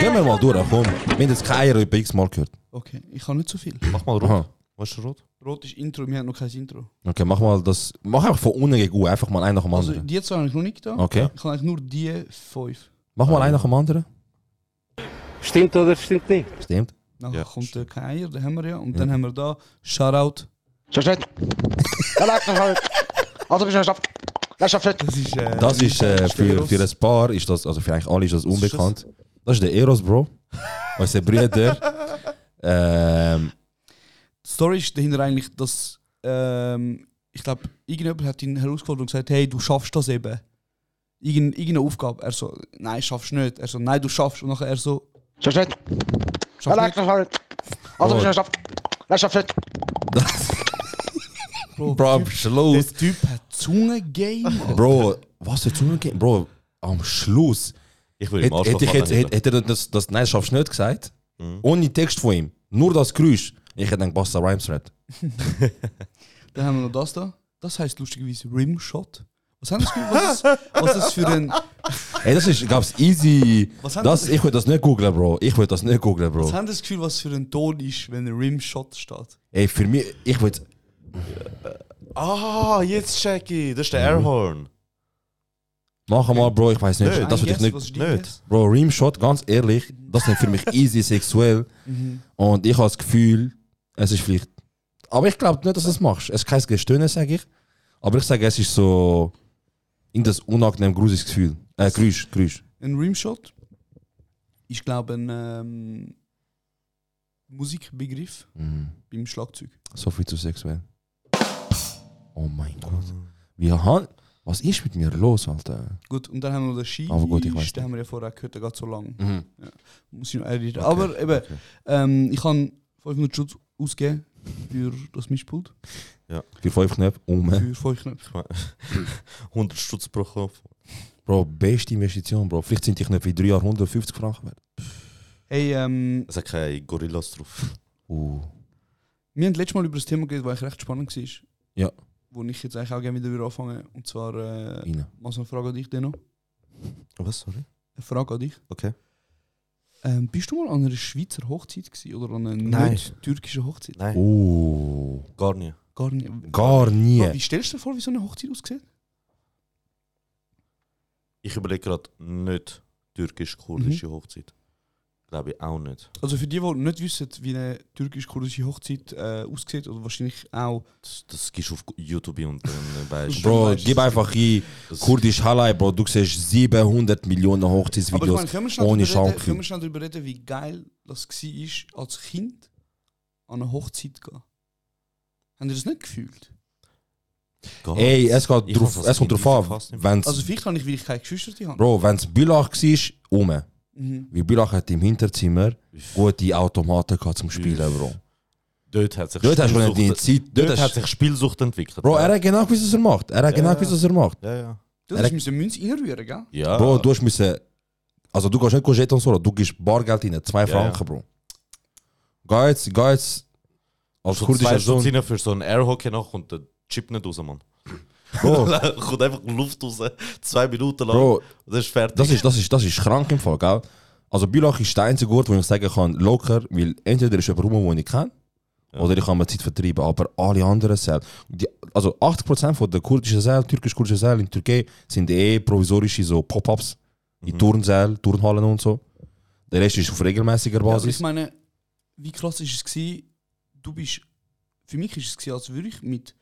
Speaker 9: Geh mal, mal durch, komm. Wir haben jetzt keine Eier über x-mal gehört.
Speaker 7: Okay, ich habe nicht so viel.
Speaker 8: Mach mal rot.
Speaker 9: Aha.
Speaker 8: Weißt du rot?
Speaker 7: Rot ist Intro, wir haben noch kein Intro.
Speaker 9: Okay, mach mal das. Mach einfach von unten gegen oben, einfach mal einen nach dem
Speaker 7: Also,
Speaker 9: anderen.
Speaker 7: die zwei habe ich noch nicht da.
Speaker 9: Okay.
Speaker 7: Ich habe eigentlich nur die fünf.
Speaker 9: Mach mal einen nach dem anderen.
Speaker 5: Stimmt oder stimmt nicht?
Speaker 9: Stimmt.
Speaker 7: Nachher
Speaker 8: Ja,
Speaker 7: kommt der Keier, den haben wir ja. Und dann haben wir da Shoutout. Das ist, äh,
Speaker 9: Das ist äh, für,
Speaker 7: Steros.
Speaker 9: für ein Paar, ist das, also für eigentlich alle ist das unbekannt. Das ist der Eros, Bro. Unser Bruder. ähm,
Speaker 7: Die Story ist dahinter eigentlich, dass ähm, ich glaube, irgendjemand hat ihn herausgefordert und gesagt, hey, du schaffst das eben. Irgend, irgendeine Aufgabe. Er so, nein, schaffst du nicht. Er so, nein, du schaffst. Und nachher er so, schaffst nicht. Schaffst
Speaker 9: oh,
Speaker 7: nicht. Bro,
Speaker 9: Bro, am
Speaker 7: der, typ, der
Speaker 9: Schluss.
Speaker 7: typ hat Zungengame.
Speaker 9: Bro, was für Zungengame? Bro, am Schluss.
Speaker 8: Ich will im
Speaker 9: Hätte
Speaker 8: Arschloch
Speaker 9: hätte ich jetzt,
Speaker 8: anhängen.
Speaker 9: hätte, hätte er das, das Nein schaffst du nicht gesagt, ohne Text von ihm, nur das Geräusch, ich hätte gedacht, Basta Rhymes Red.
Speaker 7: Dann haben wir noch das da. Das heisst lustigerweise Rimshot. Was haben Sie das Gefühl, was das, was das für ein...
Speaker 9: Ey, das ist, gab's easy.
Speaker 7: Was haben
Speaker 9: Das,
Speaker 7: Sie-
Speaker 9: ich will das nicht googeln, Bro. Ich will das nicht googeln, Bro.
Speaker 7: Was haben Sie das Gefühl, was für ein Ton ist, wenn Rimshot steht?
Speaker 9: Ey, für mich, ich will.
Speaker 8: Ah, jetzt check ich. Das ist der
Speaker 9: Mhm.
Speaker 8: Airhorn.
Speaker 9: Mach mal, Bro, ich weiß nicht.
Speaker 8: Nö.
Speaker 9: Das
Speaker 7: Nein,
Speaker 9: würde ich
Speaker 7: jetzt,
Speaker 9: nicht.
Speaker 7: was ist die
Speaker 8: nicht.
Speaker 7: jetzt?
Speaker 9: Bro, Rimshot, ganz ehrlich, das sind für mich easy sexuell.
Speaker 7: Mhm.
Speaker 9: Und ich habe das Gefühl, es ist vielleicht. Aber ich glaube nicht, dass du es machst. Es ist kein Gestöhnen, sage ich. Aber ich sage, es ist so. Irgendein unangenehm grusiges Gefühl. Äh, Geräusch, Geräusch.
Speaker 7: Ein Rimshot ist, glaube ich, ein ähm, Musikbegriff
Speaker 9: Mhm.
Speaker 7: beim Schlagzeug.
Speaker 9: So viel zu sexuell. Oh mein Gott. Wie Han. Was ist mit mir los, Alter?
Speaker 7: Gut, und dann haben wir noch den Ski.
Speaker 9: Aber gut, ich weiss
Speaker 7: Den haben wir ja vorher gehört, der geht so lang.
Speaker 9: Mhm.
Speaker 7: Muss ich noch erinnern. Aber eben, ähm, ich kann 500 Schutz ausgeben für das Mischpult.
Speaker 9: Für fünf Knöpfe um.
Speaker 7: Für 5 Knöpfe.
Speaker 8: 100 Stutz pro Kopf.
Speaker 9: Bro, beste Investition, Bro. Vielleicht sind die Knöpfe in drei Jahren 150 Franken wert.
Speaker 7: Hey, ähm,
Speaker 8: Es hat keine Gorillas drauf.
Speaker 9: Uh.
Speaker 7: wir haben letztes Mal über ein Thema geredet, das eigentlich recht spannend war.
Speaker 9: Ja.
Speaker 7: Wo ich jetzt eigentlich auch gerne wieder würde anfangen Und zwar, äh,
Speaker 9: Rein.
Speaker 7: mal so eine Frage an dich, Dino.
Speaker 8: Was, sorry?
Speaker 7: Eine Frage an dich.
Speaker 8: Okay.
Speaker 7: Ähm, bist du mal an einer Schweizer Hochzeit gewesen, oder an einer
Speaker 8: Nein.
Speaker 7: nicht türkischen Hochzeit?
Speaker 8: Nein,
Speaker 9: Uh.
Speaker 8: gar nicht.
Speaker 7: Gar nicht.
Speaker 9: Gar nie.
Speaker 7: Wie stellst du dir vor, wie so eine Hochzeit aussieht?
Speaker 8: Ich überlege gerade nicht
Speaker 9: Mhm.
Speaker 8: türkisch-kurdische Hochzeit. Glaube ich auch nicht.
Speaker 7: Also für die, die nicht wissen, wie eine türkisch-kurdische Hochzeit äh, aussieht, oder wahrscheinlich auch.
Speaker 8: Das, das gehst du auf YouTube und dann weißt
Speaker 9: Äh, Bro, gib einfach ein Kurdisch Halai, Bro. Du siehst 700 Millionen
Speaker 7: Aber ich
Speaker 9: Hochzeitsvideos.
Speaker 7: meine, können wir schnell
Speaker 9: ohne
Speaker 7: darüber reden,
Speaker 9: Schamgefühl.
Speaker 7: können wir schnell darüber reden, wie geil das war, als Kind an eine Hochzeit zu gehen? Habt ihr das nicht gefühlt?
Speaker 9: Ey, es, geht
Speaker 8: Ich
Speaker 9: drauf,
Speaker 8: hab das
Speaker 9: es kommt
Speaker 8: Kind
Speaker 9: drauf an.
Speaker 8: fast nicht.
Speaker 9: Wenn's,
Speaker 7: Also vielleicht habe ich wirklich keine Geschwister die haben.
Speaker 9: Bro, wenn es Bülach war, um.
Speaker 7: Mhm.
Speaker 9: Weil Bülach hat im Hinterzimmer gute Automaten gehabt zum Spielen, Bro.
Speaker 8: Dort hat sich
Speaker 9: Dort hast du nicht die
Speaker 8: Spielsucht,
Speaker 9: Zeit. Dort
Speaker 8: dort hat
Speaker 9: hast,
Speaker 8: sich Spielsucht entwickelt.
Speaker 9: Bro,
Speaker 8: ja.
Speaker 9: er hat genau gewusst, was er macht. Er hat
Speaker 8: Ja,
Speaker 9: genau
Speaker 8: ja.
Speaker 9: gewusst, was er macht.
Speaker 8: Ja, ja.
Speaker 7: Du hast müssen Münze reinrühren, gell?
Speaker 8: ja.
Speaker 9: Bro, du hast müssen. Also, du kannst nicht Kogette und so, du gibst Bargeld rein. 2
Speaker 8: Ja,
Speaker 9: Franken, Bro. Geh jetzt, geh jetzt. Als
Speaker 8: schon zwei
Speaker 9: kurdischer
Speaker 8: Stunden
Speaker 9: Sohn.
Speaker 8: rein für so einen Airhockey nach und der Chip nicht raus, Mann.
Speaker 9: Bro,
Speaker 8: kommt einfach Luft raus, zwei Minuten lang.
Speaker 9: Bro,
Speaker 8: und das ist fertig.
Speaker 9: Das ist, das ist, das ist krank im Fall, gell? Also Bülach ist der einzige Ort, wo ich sagen kann, locker, weil entweder ist jemand rum, den ich kenne,
Speaker 8: Ja.
Speaker 9: oder ich kann mir Zeit vertreiben, aber alle anderen Säle, die, also 80% von der kurdischen Säle, türkisch-kurdischen Säle in Türkei, sind eh provisorische so Pop-Ups, in
Speaker 8: Mhm.
Speaker 9: Turnsäle, Turnhallen und so. Der Rest ist auf regelmäßiger
Speaker 7: Ja, aber ich
Speaker 9: Basis.
Speaker 7: meine, wie krass war es? Gewesen? Du bist. Für mich war es, gewesen, als würde ich mit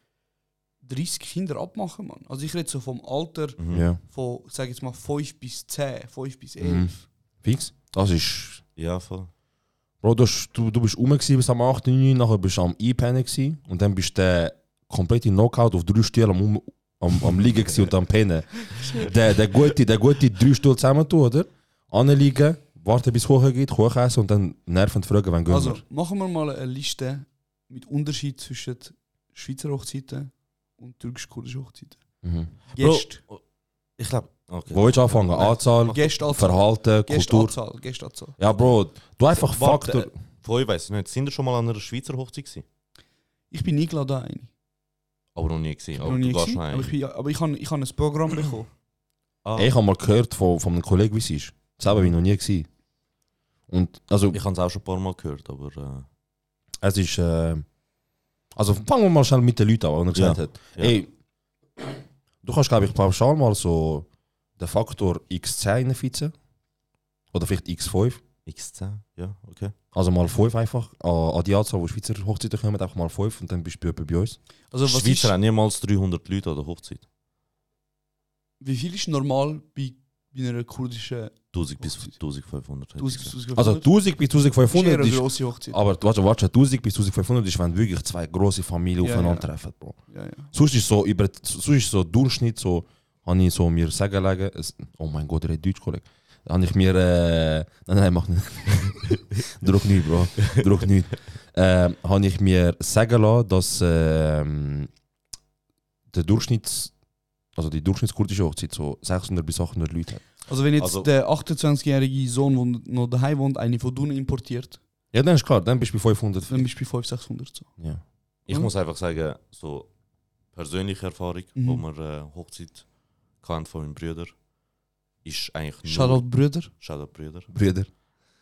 Speaker 7: 30 Kindern abmachen, Mann. Also ich rede so vom Alter
Speaker 8: Mhm.
Speaker 9: ja,
Speaker 7: von, sag jetzt mal, 5 bis 10, 5 bis 11.
Speaker 9: Mhm. fix. Das ist...
Speaker 8: Ja, voll.
Speaker 9: Bro, du, hast- du, du bist rum gewesen bis am 8, 9, nachher bist du am Einpennen gewesen und dann bist du der komplette Knockout auf drei Stühle am, um- am, am Liegen gewesen und am Pennen. Der, der gute, der gute drei Stühle zusammentun, oder? Anliegen, warten bis es hoch geht, hoch essen und dann nervend fragen, wann gehen
Speaker 7: Also
Speaker 9: wir.
Speaker 7: machen wir mal eine Liste mit Unterschied zwischen Schweizer Hochzeiten und türkisch-kurdische Hochzeiten.
Speaker 9: Mhm.
Speaker 7: Gäste,
Speaker 8: Ich glaube, okay.
Speaker 9: Wo willst du anfangen? Anzahl,
Speaker 7: Gästeanzahl,
Speaker 9: Verhalten, Kultur.
Speaker 7: Gästeanzahl, Gästeanzahl.
Speaker 9: Ja, Bro, du einfach
Speaker 8: Warte,
Speaker 9: Faktor.
Speaker 8: Von euch weiss ich nicht. Sind ihr schon mal an einer Schweizer Hochzeit gewesen?
Speaker 7: Ich bin nie geladen an eine.
Speaker 8: Aber noch nie gesehen.
Speaker 7: Ich bin noch
Speaker 8: Aber
Speaker 7: nie
Speaker 8: du gehst
Speaker 7: gewesen,
Speaker 8: noch
Speaker 7: aber ich,
Speaker 8: ein.
Speaker 7: bin, aber ich habe ich habe ein Programm bekommen.
Speaker 8: Ah,
Speaker 9: Ich habe mal gehört von, von einem Kollegen, wie es ist. Selber bin ich noch nie gewesen. Und, also,
Speaker 8: Ich habe es auch schon ein paar Mal gehört, aber.
Speaker 9: Es ist. Äh, also fangen wir mal schnell mit den Leuten an, was er gesagt
Speaker 8: Ja,
Speaker 9: hat.
Speaker 8: ja.
Speaker 9: Ey, du kannst, glaube ich, pauschal mal so den Faktor X10 reinfitzen. Oder vielleicht X5.
Speaker 8: Äh, X10, ja, okay.
Speaker 9: Also mal 5 einfach. An, an die Anzahl, die Schweizer Hochzeiten kommen, einfach mal 5 und dann bist du etwa bei uns.
Speaker 7: Also was
Speaker 8: Schweizer
Speaker 7: ist,
Speaker 8: haben niemals 300 Leute an der Hochzeit.
Speaker 7: wie viel ist normal bei, bei einer kurdischen
Speaker 8: 1000 bis
Speaker 7: Hochzeit.
Speaker 8: 1500. hätte ich
Speaker 7: 1000
Speaker 8: gesagt.
Speaker 7: bis
Speaker 9: Also 1000 bis 1500
Speaker 7: ist
Speaker 9: ist.
Speaker 7: eine grosse Hochzeit.
Speaker 9: Aber warte, warte, 1000 bis 1500 ist, wenn wirklich zwei große Familien
Speaker 7: Ja, ja.
Speaker 9: aufeinandertreffen, Bro.
Speaker 7: Ja, ja.
Speaker 9: Sonst ist so über sonst ist so Durchschnitt so habe ich so mir sagen lassen, es, oh mein Gott, der Deutsch Kollege. Da habe ich mir äh, nein nein, mach nicht. Druck nicht, Bro. Druck nicht. Ähm, habe ich mir sagen lassen, dass ähm, der Durchschnitts also die durchschnittskurdische Hochzeit so 600 bis 800 Leute hat.
Speaker 7: Also wenn jetzt
Speaker 8: Also-
Speaker 7: der 28-jährige Sohn, der noch daheim wohnt, eine von unten importiert,
Speaker 9: Ja, dann ist klar, dann bist du bei 500.
Speaker 7: dann bist du bei 500, 600 so.
Speaker 9: Ja.
Speaker 8: Ich
Speaker 7: Mhm.
Speaker 8: muss einfach sagen, so persönliche Erfahrung,
Speaker 7: Mhm.
Speaker 8: wo wir äh, Hochzeit kannten von meinem Bruder, ist eigentlich nur,
Speaker 7: Shoutout Brüder.
Speaker 8: Shoutout Brüder,
Speaker 9: Brüder.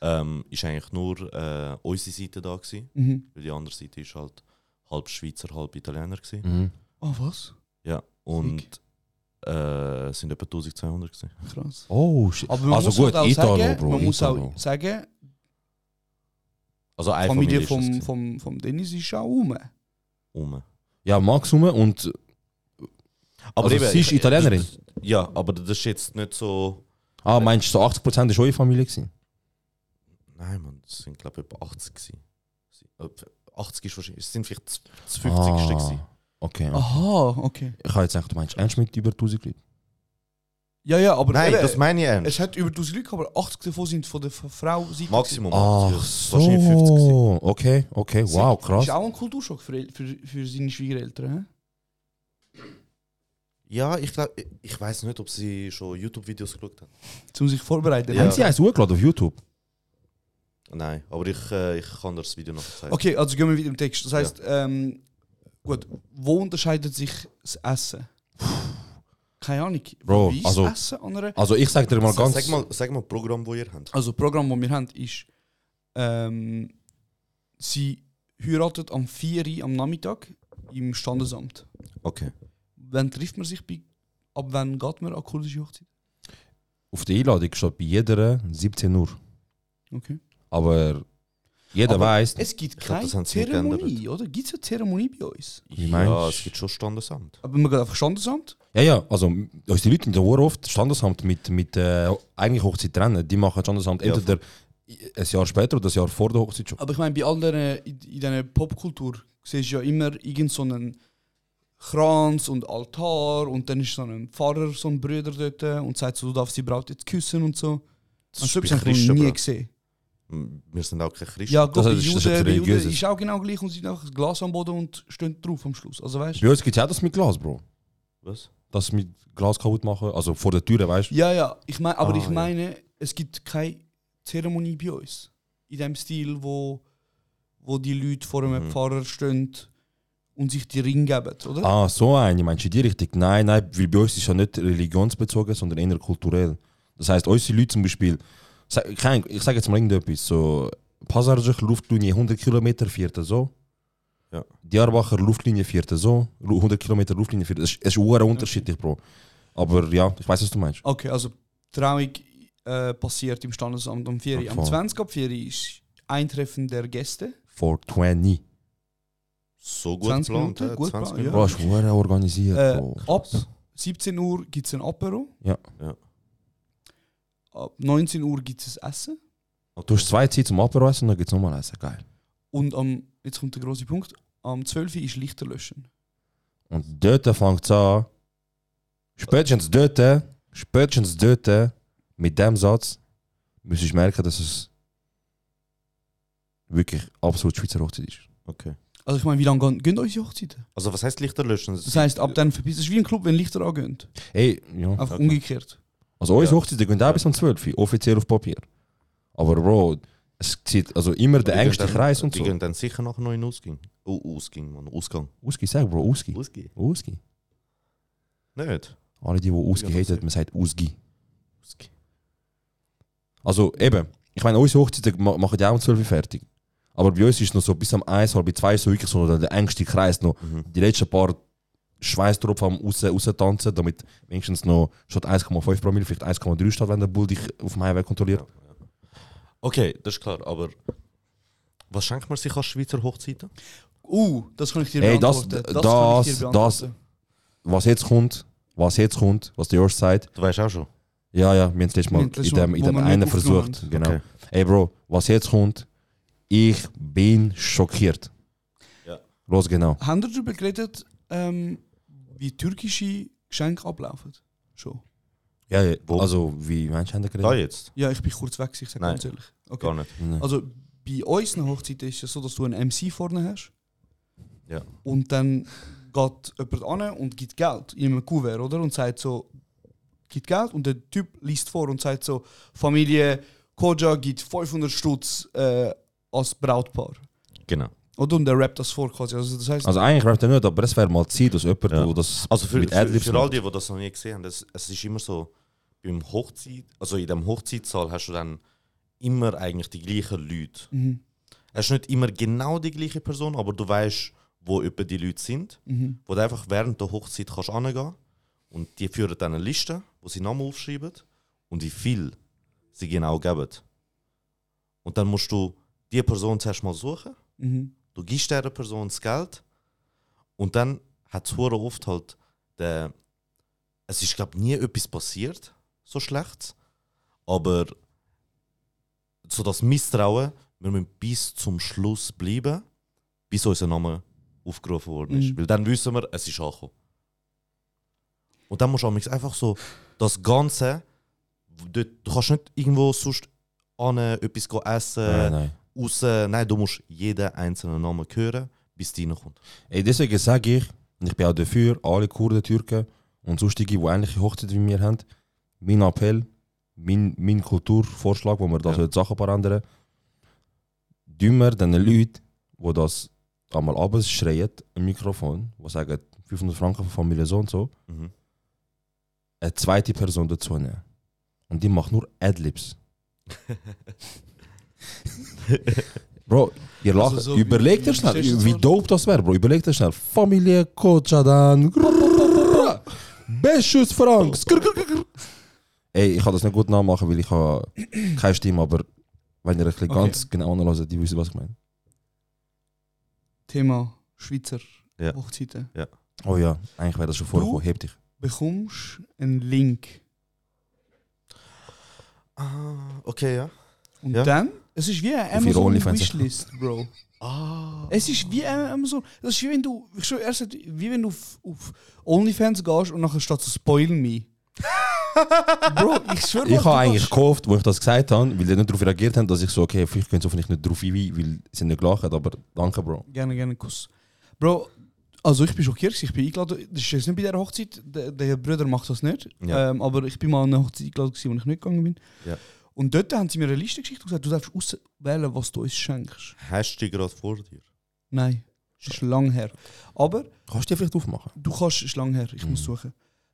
Speaker 8: ähm, ist eigentlich nur äh, unsere Seite da gewesen,
Speaker 7: Mhm.
Speaker 8: weil die andere Seite ist halt halb Schweizer, halb Italiener gewesen.
Speaker 9: Mhm.
Speaker 7: Oh, was?
Speaker 8: Ja, und
Speaker 7: Sick.
Speaker 8: äh, es sind etwa 1200 gewesen.
Speaker 7: Krass.
Speaker 9: Oh, shit.
Speaker 7: Aber man
Speaker 9: Also
Speaker 7: muss halt
Speaker 9: gut,
Speaker 7: auch
Speaker 9: Italo,
Speaker 7: sagen,
Speaker 9: Bro,
Speaker 7: man muss
Speaker 9: Italo.
Speaker 7: auch sagen,
Speaker 8: Also eine
Speaker 7: die Familie
Speaker 8: ist das
Speaker 7: vom,
Speaker 8: gewesen.
Speaker 7: vom, vom Dennis ist auch rum.
Speaker 8: Um.
Speaker 9: Ja, Max rum und
Speaker 8: Aber
Speaker 9: Also sie ist Italienerin?
Speaker 8: Ja, aber das ist jetzt nicht so...
Speaker 9: ah, meinst du, so 80% ist eure Familie gewesen?
Speaker 8: Nein, man, es sind glaube ich etwa 80 gewesen. Sie- äh, 80 ist wahrscheinlich, es sind vielleicht das das 50. gewesen.
Speaker 9: Ah, okay.
Speaker 7: Aha, okay.
Speaker 9: Ich habe jetzt gedacht, du meinst ernst mit über 1000 Leuten?
Speaker 7: Ja, ja, aber
Speaker 8: Nein,
Speaker 7: eben,
Speaker 8: das meine ich ernst.
Speaker 7: es hat über 1000 Leute, aber 80 davon sind von der Frau. Seite.
Speaker 8: Maximum 80,
Speaker 9: Ach
Speaker 8: es ist
Speaker 9: so.
Speaker 8: wahrscheinlich 50 gewesen.
Speaker 9: Okay, okay, wow, krass.
Speaker 7: Ist auch ein Kulturschock für, El- für, für seine Schwiegereltern. hä?
Speaker 8: Ja, ich glaube, ich, ich weiß nicht, ob sie schon YouTube-Videos geschaut haben.
Speaker 7: Um sich vorbereiten.
Speaker 8: Ja.
Speaker 9: Haben sie eins hochgeladen auf YouTube?
Speaker 8: Nein, aber ich, äh, ich kann dir das Video noch zeigen.
Speaker 7: Okay, also gehen wir wieder im Text. Das heißt, ähm, gut, wo unterscheidet sich das Essen? Keine Ahnung.
Speaker 9: Bro,
Speaker 7: Wie ist
Speaker 9: also-
Speaker 7: das Essen an einer
Speaker 9: Also ich sag dir mal
Speaker 8: Sag,
Speaker 9: ganz...
Speaker 8: sag mal, sag mal das Programm, das ihr habt.
Speaker 7: Also, das Programm, das wir haben, ist, ähm, sie heiratet am 4 Uhr am Nachmittag im Standesamt.
Speaker 8: Okay.
Speaker 7: Wann trifft man sich bei. Ab wann geht man an kurdische Hochzeit?
Speaker 9: Auf der Einladung steht bei jeder 17 Uhr.
Speaker 7: Okay.
Speaker 9: Aber jeder
Speaker 7: Aber
Speaker 9: weiß.
Speaker 7: Es gibt
Speaker 8: glaub,
Speaker 7: keine
Speaker 8: das haben sie nicht
Speaker 7: Zeremonie,
Speaker 8: geändert.
Speaker 7: oder? Gibt es eine Zeremonie bei uns?
Speaker 9: Wie
Speaker 8: Ja,
Speaker 9: meinst
Speaker 8: es gibt schon Standesamt.
Speaker 7: Aber man geht einfach Standesamt?
Speaker 9: Ja, ja, also uns die Leute in der Uhr oft Standesamt mit, mit äh, eigentlich Hochzeit trennen. Die machen Standesamt
Speaker 8: Ja,
Speaker 9: entweder ein Jahr später oder ein Jahr vor der Hochzeit schon.
Speaker 7: Aber ich meine, bei all diesen, in, in dieser Popkultur siehst du ja immer irgend so einen Kranz und Altar und dann ist so ein Pfarrer, so ein Bruder dort und sagt so, du darfst die Braut jetzt küssen und so.
Speaker 8: Das
Speaker 7: Das habe ich
Speaker 8: bei
Speaker 7: eigentlich noch nie
Speaker 8: Bro.
Speaker 7: gesehen.
Speaker 8: M- Wir sind auch keine Christen.
Speaker 7: Ja, Gott, bei
Speaker 9: ist- das ist
Speaker 7: Juden,
Speaker 9: etwas
Speaker 7: bei Juden
Speaker 9: Religiöses.
Speaker 7: ist auch genau gleich und sie haben einfach ein Glas am Boden und stehen drauf am Schluss. Also weißt du?
Speaker 9: Bei uns gibt es auch das mit Glas, Bro.
Speaker 8: Was?
Speaker 9: Das mit Glas kaputt machen, also vor der Tür, weißt du?
Speaker 7: Ja, ja, ich mein, aber
Speaker 9: Ah,
Speaker 7: ich
Speaker 9: ja.
Speaker 7: meine, es gibt keine Zeremonie bei uns. In dem Stil, wo, wo die Leute vor einem
Speaker 8: Mhm.
Speaker 7: Pfarrer stehen und sich die Ring geben, oder?
Speaker 9: Ah, so eine, meinst du die Richtung? Nein, nein, weil bei uns ist ja nicht religionsbezogen, sondern eher kulturell. Das heißt, unsere Leute zum Beispiel, sag- kein- ich sage jetzt mal irgendetwas, so Pasarger Luftlinie 100 Kilometer, vierte so.
Speaker 8: Ja.
Speaker 9: Diyarbacher Luftlinie, vierte so. Lu- 100 Kilometer Luftlinie, vierte. Es ist, es ist hure unterschiedlich, Bro. Aber ja, ich weiß, was du meinst.
Speaker 7: Okay, also Trauung äh, passiert im Standesamt am 4. Uhr. Am
Speaker 9: Voll.
Speaker 7: 20 ab 4 Uhr ist Eintreffen der Gäste.
Speaker 9: 420.
Speaker 8: So gut
Speaker 7: 20
Speaker 8: geplant,
Speaker 7: Minuten,
Speaker 8: äh,
Speaker 7: gut geplant,
Speaker 8: 20 Minuten.
Speaker 9: Bro, es ist hure organisiert,
Speaker 7: Äh,
Speaker 9: Bro.
Speaker 7: ab 17 Uhr gibt es ein Apero.
Speaker 9: Ja.
Speaker 8: Ja.
Speaker 7: Ab 19 Uhr gibt es Essen.
Speaker 9: Du hast zwei Zeit zum Apero essen und dann gibt es nochmal essen. Geil.
Speaker 7: Und am, jetzt kommt der große Punkt, am 12 Uhr ist Lichter löschen.
Speaker 9: Und dort fängt es an. Spätestens dort, spätestens dort, mit dem Satz, müsstest ich merken, dass es wirklich absolut Schweizer Hochzeit ist.
Speaker 7: Also ich meine, wie lange gehen, gehen unsere Hochzeiten?
Speaker 8: Also was heißt Lichter löschen?
Speaker 7: Das heisst, ab dann verpisst es ist wie ein Club, wenn Lichter angehen.
Speaker 9: Ey, ja.
Speaker 7: Einfach
Speaker 8: Okay.
Speaker 7: umgekehrt.
Speaker 9: Also unsere
Speaker 8: Ja.
Speaker 9: Hochzeiten gehen auch bis um 12 Uhr, offiziell auf Papier. Aber Bro, es zieht also immer der engste Kreis und
Speaker 8: Die
Speaker 9: so.
Speaker 8: gehen dann sicher nachher noch in den Ausgang. Oh, Ausgang, Mann. Ausgang.
Speaker 9: Uski, sag Bro, Uski.
Speaker 8: Ausgang?
Speaker 9: Uski.
Speaker 8: Nicht.
Speaker 9: Alle, die, die Uski
Speaker 8: Ja,
Speaker 9: haten,
Speaker 8: sicher.
Speaker 9: man sagt Uski.
Speaker 8: Ausgang.
Speaker 9: Also eben, ich meine, unsere Hochzeiten ma- machen die auch um 12 Uhr fertig. Aber bei uns ist noch so bis am 1, halb 2 so wirklich so der- der engste Kreis noch.
Speaker 8: Mhm.
Speaker 9: Die letzten paar Schweißtropfen am raus, raus tanzen, damit wenigstens noch statt 1,5 Promille vielleicht 1,3 steht, wenn der Bull dich auf dem Highway kontrolliert.
Speaker 8: Okay, das ist klar, aber was schenkt man sich an Schweizer Hochzeiten?
Speaker 7: Uh, das kann ich dir
Speaker 9: Ey, das-
Speaker 7: beantworten.
Speaker 9: das- das-
Speaker 7: beantworten.
Speaker 9: Was jetzt kommt, was jetzt kommt, was der Josh sagt,
Speaker 8: Du weißt auch schon.
Speaker 9: ja, ja, wir haben es letztes Mal
Speaker 7: Wir
Speaker 9: in
Speaker 7: haben das
Speaker 9: dem,
Speaker 7: Mal,
Speaker 9: in
Speaker 7: wo
Speaker 9: dem
Speaker 7: wir nicht
Speaker 9: einen
Speaker 7: aufgenommen
Speaker 9: versucht. Genau. Ey Bro, was jetzt kommt, ich bin schockiert.
Speaker 8: Ja.
Speaker 9: Los genau.
Speaker 7: Haben wir darüber geredet, ähm, wie türkische Geschenke ablaufen? Schon.
Speaker 9: Ja, ja.
Speaker 8: Wo?
Speaker 9: Also, wie meinst du, haben die
Speaker 8: Da
Speaker 9: geredet?
Speaker 8: jetzt?
Speaker 7: Ja, ich bin kurz weg, ich sage
Speaker 8: Nein.
Speaker 7: ganz ehrlich. Okay.
Speaker 8: Gar nicht.
Speaker 9: Nein.
Speaker 7: Also bei uns in Hochzeiten ist es so, dass du einen MC vorne hast.
Speaker 8: Ja.
Speaker 7: Und dann geht jemand an und gibt Geld in einem Kuvert, oder? Und sagt so, gibt Geld. Und der Typ liest vor und sagt so, Familie Koja gibt 500 Stutz äh, als Brautpaar.
Speaker 8: Genau.
Speaker 7: Oder? Und der rappt das vor quasi. Also das heißt,
Speaker 9: Also eigentlich läuft er nicht, aber es wäre mal Zeit, dass jemand,
Speaker 8: Ja.
Speaker 9: wo das
Speaker 8: Also für,
Speaker 9: mit
Speaker 8: für,
Speaker 9: Adlibs
Speaker 8: für all
Speaker 9: macht.
Speaker 8: die, die das noch nie gesehen haben, es, es ist immer so, beim Hochzeit, also in dem Hochzeitssaal hast du dann immer eigentlich die gleichen Leute.
Speaker 7: mhm.
Speaker 8: Es ist nicht immer genau die gleiche Person, aber du weißt, wo etwa die Leute sind,
Speaker 7: Mhm.
Speaker 8: wo du einfach während der Hochzeit kannst angehen und die führen dann eine Liste, wo sie Namen aufschreiben und wie viel sie genau geben. Und dann musst du die Person zuerst mal suchen,
Speaker 7: Mhm.
Speaker 8: du gibst dieser Person das Geld und dann hat es oft halt der, es ist glaube nie etwas passiert, so schlecht, aber so das Misstrauen, wir müssen bis zum Schluss bleiben, bis unser Name aufgerufen worden ist,
Speaker 7: Mhm.
Speaker 8: weil dann wissen wir, es ist angekommen. Und dann musst du am liebsten einfach so das Ganze, du, du kannst nicht irgendwo sonst an etwas go essen,
Speaker 9: Nein, nein.
Speaker 8: raus. Nein, du musst jeden einzelnen Namen hören, bis die reinkommt.
Speaker 9: Ey, deswegen sage ich, und ich bin auch dafür, alle Kurden, Türken und sonstige, die ähnliche Hochzeiten wie wir haben, mein Appell, mein, mein Kulturvorschlag, wo wir das
Speaker 8: Ja.
Speaker 9: ja. Sachen verändern, dümmer den Leuten, die das einmal abends schreien, im Mikrofon, die sagen 500 Franken für Familie so und so,
Speaker 8: Mhm.
Speaker 9: eine zweite Person dazu nehmen. Und die macht nur Adlibs. Bro, ihr lacht.
Speaker 7: Also so wie-
Speaker 9: Überlegt
Speaker 7: wie-
Speaker 9: euch schnell,
Speaker 7: verstehst du
Speaker 9: wie
Speaker 7: so?
Speaker 9: dope das wäre, Bro. Überlegt euch schnell. Familie Kochadan. Beschuss Franks. Grrr, grrr, grrr. Ey, ich kann das nicht gut nachmachen, weil ich habe keine Stimme, aber wenn ihr ein bisschen
Speaker 7: Okay.
Speaker 9: ganz genau anhört, die wissen, was ich meine.
Speaker 7: Thema Schweizer
Speaker 8: Ja.
Speaker 7: Hochzeiten.
Speaker 9: Oh ja, eigentlich wäre das schon vorgekommen. Heb dich.
Speaker 7: Bekommst einen Link.
Speaker 8: Ah, okay, ja.
Speaker 7: Und
Speaker 8: Ja.
Speaker 7: dann? Es ist wie eine
Speaker 9: Auf ihre
Speaker 7: Amazon
Speaker 9: OnlyFans.
Speaker 7: Wishlist, Bro.
Speaker 8: Ah.
Speaker 7: Es ist wie eine Amazon. Das ist wie wenn du, ich schon erst, wie wenn du auf, auf OnlyFans gehst und nachher steht so Spoil me. Bro, ich schwöre
Speaker 9: Ich habe eigentlich gehofft, wo ich das gesagt habe, weil die nicht darauf reagiert haben, dass ich so, okay, vielleicht können sie hoffentlich nicht darauf einweisen, weil sie nicht gelacht haben, aber danke, Bro.
Speaker 7: Gerne, gerne, Kuss. Bro, also ich bin schockiert, gewesen. ich bin eingeladen, das ist jetzt nicht bei dieser Hochzeit, der, der Bruder macht das nicht,
Speaker 8: Ja.
Speaker 7: ähm, aber ich bin mal an eine Hochzeit eingeladen, gewesen, wo ich nicht gegangen bin.
Speaker 8: Ja.
Speaker 7: Und dort haben sie mir eine Liste geschickt und gesagt, du darfst auswählen, was du uns schenkst.
Speaker 8: Hast du die gerade vor dir?
Speaker 7: Nein, das ist lang her. Aber
Speaker 9: Kannst du die vielleicht aufmachen?
Speaker 7: du kannst, ist lang her, ich muss
Speaker 9: Mhm.
Speaker 7: suchen.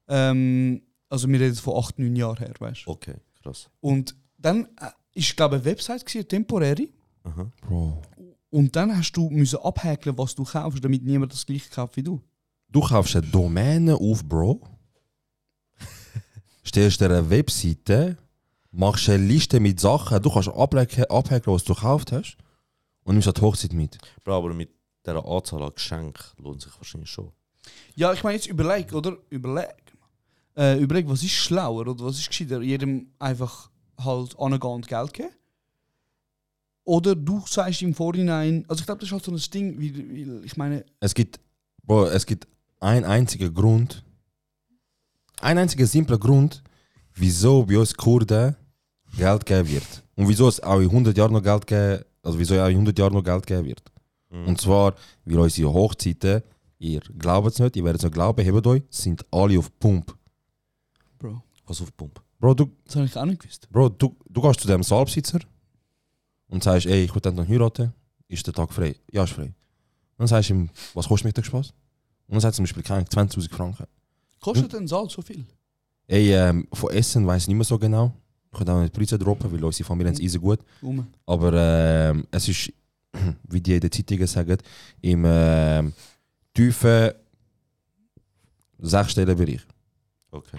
Speaker 7: Ähm, also wir reden von 8, 9 Jahren her, weißt du.
Speaker 8: Okay, krass.
Speaker 7: Und dann äh, ist, glaube ich, eine Website, gewesen, eine temporäre,
Speaker 8: Aha.
Speaker 9: Bro.
Speaker 7: und dann hast du müssen abhäkeln, was du kaufst, damit niemand das gleiche kauft wie du.
Speaker 9: Du kaufst eine Domäne auf, Bro. Stellst dir eine Webseite, machst eine Liste mit Sachen, du kannst abhaken, abhaken was du gekauft hast und nimmst an die Hochzeit mit.
Speaker 8: Bro, aber mit dieser Anzahl an Geschenken lohnt sich wahrscheinlich schon.
Speaker 7: Ja, ich meine, jetzt überleg, oder? Überleg. Äh, überleg, was ist schlauer oder was ist gescheiter? Jedem einfach halt angehen und Geld geben? Oder du sagst im Vorhinein, also ich glaube, das ist halt so ein Ding, weil, weil ich meine,
Speaker 9: Es gibt, Bro, es gibt einen einzigen Grund, einen einzigen simplen Grund, wieso bei uns Kurden Geld geben wird. Und wieso es auch in 100 Jahren noch Geld geben, also wieso auch in 100 Jahren noch Geld geben wird.
Speaker 8: Mhm.
Speaker 9: Und zwar, weil unsere Hochzeiten, ihr glaubt es nicht, ihr werdet es nicht glauben, hebt euch, sind alle auf Pump.
Speaker 7: Bro,
Speaker 8: was auf Pump?
Speaker 9: Bro, du,
Speaker 7: das habe ich auch nicht gewusst.
Speaker 9: Bro, du, du gehst zu dem Saalbesitzer und sagst, ey, ich will dann heiraten, ist der Tag frei? Ja, ist frei. Dann sagst du ihm, was kostet Mittagsspaß? Und dann sagt er zum Beispiel, keine Ahnung, 20.000 Franken.
Speaker 7: Kostet ein Saal so viel?
Speaker 9: Ey, ähm, von Essen weiß ich nicht mehr so genau. Ich kann auch nicht die Preise droppen, weil unsere Familie ist easy gut.
Speaker 7: Um.
Speaker 9: Aber ähm, es ist, wie die in den Zeitungen sagen, im ähm, tiefen Sechsstellenbereich.
Speaker 8: Okay.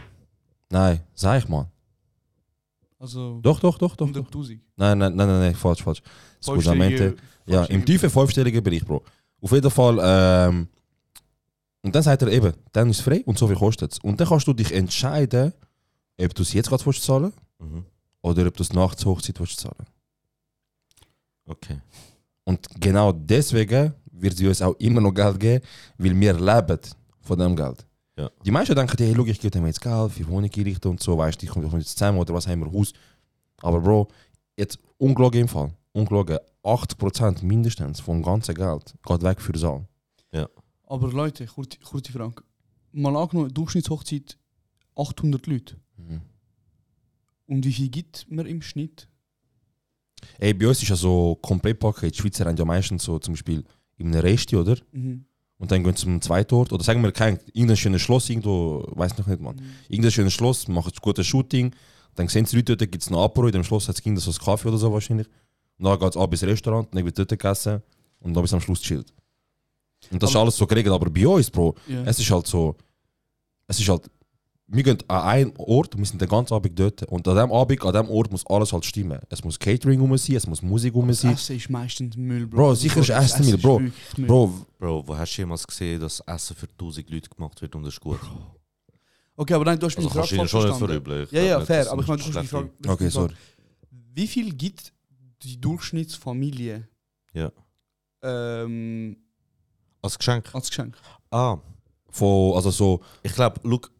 Speaker 9: Nein, sag ich mal.
Speaker 7: Also
Speaker 9: Doch, doch, doch, doch. doch.
Speaker 7: 100.000.
Speaker 9: Nein, nein, nein, nein, nein, falsch, falsch. Scusamente. Ja, im tiefen fünfstelligen Bereich, Bro. Auf jeden Fall, ähm, und dann sagt er eben, dann ist es frei und so viel kostet es. Und dann kannst du dich entscheiden, ob du es jetzt gerade willst zahlen
Speaker 8: Mhm.
Speaker 9: oder ob du es nach der Hochzeit willst zahlen.
Speaker 8: Okay.
Speaker 9: Und genau deswegen wird sie uns auch immer noch Geld geben, weil wir leben von dem Geld.
Speaker 8: Ja.
Speaker 9: Die meisten denken, hey, schau, ich gebe dem jetzt Geld für Wohnung einrichten und so, weißt du, ich komme jetzt zusammen oder was haben wir, Haus. Aber Bro, jetzt ungelogen im Fall, ungelogen, 80% mindestens vom ganzen Geld geht weg für Saal.
Speaker 7: Aber Leute, kurze, kurze Frage. Mal angenommen, Durchschnittshochzeit 800 Leute. Und wie viel gibt man im Schnitt?
Speaker 9: Ey, bei uns ist ja so komplett Paket. Die Schweizer haben ja meistens so zum Beispiel in einem Resti, oder?
Speaker 7: Mhm.
Speaker 9: Und dann gehen sie zum zweiten Ort. Oder sagen wir, kein, irgendein schönes Schloss, irgendwo, weiß noch nicht, man. Irgendein schönes Schloss, machen ein gutes Shooting. Dann sehen sie die Leute dort, gibt es noch Apero. In dem Schloss hat es Kinder so einen Kaffee oder so wahrscheinlich. Und dann geht es ab ins Restaurant, dann wird dort gegessen und dann bis am Schluss chillt. Und das ist
Speaker 7: Aber-
Speaker 9: alles so geregelt. Aber bei uns, Bro,
Speaker 7: Ja.
Speaker 9: es ist halt so, es ist halt, wir gehen an einen Ort und wir sind den ganzen Abend dort. Und an diesem Abend, an diesem Ort muss alles halt stimmen. Es muss Catering rum sein, es muss Musik rum
Speaker 7: Das
Speaker 9: sein.
Speaker 7: Essen ist meistens Müll, Bro.
Speaker 9: Bro, sicher ist Essen Müll, Bro. Bro,
Speaker 8: Bro, wo hast du jemals gesehen, dass Essen für 1000 Leute gemacht wird und das ist gut?
Speaker 7: Okay, aber nein, du hast
Speaker 8: Also
Speaker 7: meine Frage
Speaker 8: kannst du ihnen
Speaker 7: falsch
Speaker 8: schon nicht
Speaker 7: verstanden.
Speaker 8: verübeln. Ich
Speaker 7: Ja,
Speaker 8: glaub
Speaker 7: ja,
Speaker 8: nicht,
Speaker 7: fair.
Speaker 8: dass
Speaker 7: Aber ich meine,
Speaker 8: das
Speaker 7: du hast meine Frage. du hast
Speaker 9: okay,
Speaker 7: meine Frage-
Speaker 9: sorry.
Speaker 7: Wie viel gibt die Durchschnittsfamilie
Speaker 8: Ja.
Speaker 7: ähm,
Speaker 8: Als Geschenk?
Speaker 7: als Geschenk?
Speaker 8: Ah,
Speaker 9: Von, also so,
Speaker 8: ich glaube, look,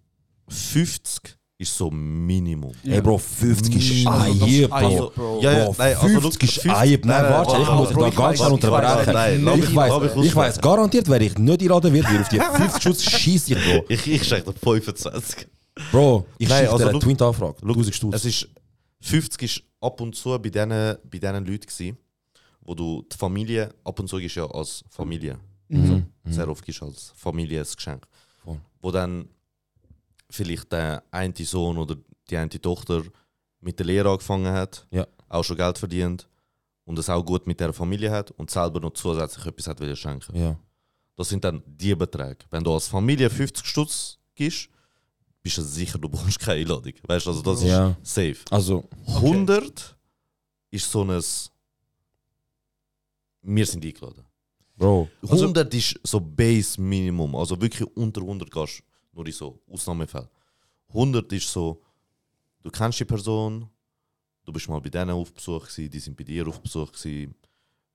Speaker 8: 50 ist so Minimum.
Speaker 9: ey Bro, 50 ist
Speaker 8: Mm.
Speaker 7: Also das-
Speaker 9: Eier,
Speaker 7: Ah, ja,
Speaker 9: Bro.
Speaker 7: Bro.
Speaker 8: Ja, ja,
Speaker 9: Bro,
Speaker 8: nein, also
Speaker 9: 50 ist Eier. Nein, warte, ich muss dich da ganz schnell unterbrechen. Ich weiß, ich weiß garantiert, wer ich nicht einladen wird, weil auf die 50 Schuss schieße ich, Bro.
Speaker 8: Ich, ich sage 25.
Speaker 9: Bro, ich
Speaker 8: Nein,
Speaker 9: schicke
Speaker 8: also
Speaker 9: dir eine
Speaker 8: look-
Speaker 9: Twin-Anfrage.
Speaker 8: Look,
Speaker 9: 1000 Stutz.
Speaker 8: Es ist, 50 ist ab und zu bei diesen bei denen Leuten gewesen, wo du die Familie, ab und zu gehst du ja als Familie,
Speaker 9: Mhm.
Speaker 8: sehr oft gehst du als Familie ein Geschenk.
Speaker 9: Voll.
Speaker 8: Wo dann vielleicht der eine Sohn oder die eine Tochter mit der Lehre angefangen hat,
Speaker 9: Ja.
Speaker 8: auch schon Geld verdient und es auch gut mit der Familie hat und selber noch zusätzlich etwas hat will schenken.
Speaker 9: Ja.
Speaker 8: Das sind dann die Beträge. Wenn du als Familie 50 Stutz gibst, bist du sicher, du brauchst keine Einladung. Weißt du, also das
Speaker 9: Ja.
Speaker 8: ist safe.
Speaker 9: Also,
Speaker 8: 100 ist so ein. Wir sind eingeladen.
Speaker 9: Bro.
Speaker 8: 100 ist so Base Minimum. Also wirklich unter 100 gehst du nur in so Ausnahmefällen. 100 ist so, du kennst die Person, du bist mal bei denen auf Besuch, gewesen, die sind bei dir auf Besuch, gewesen,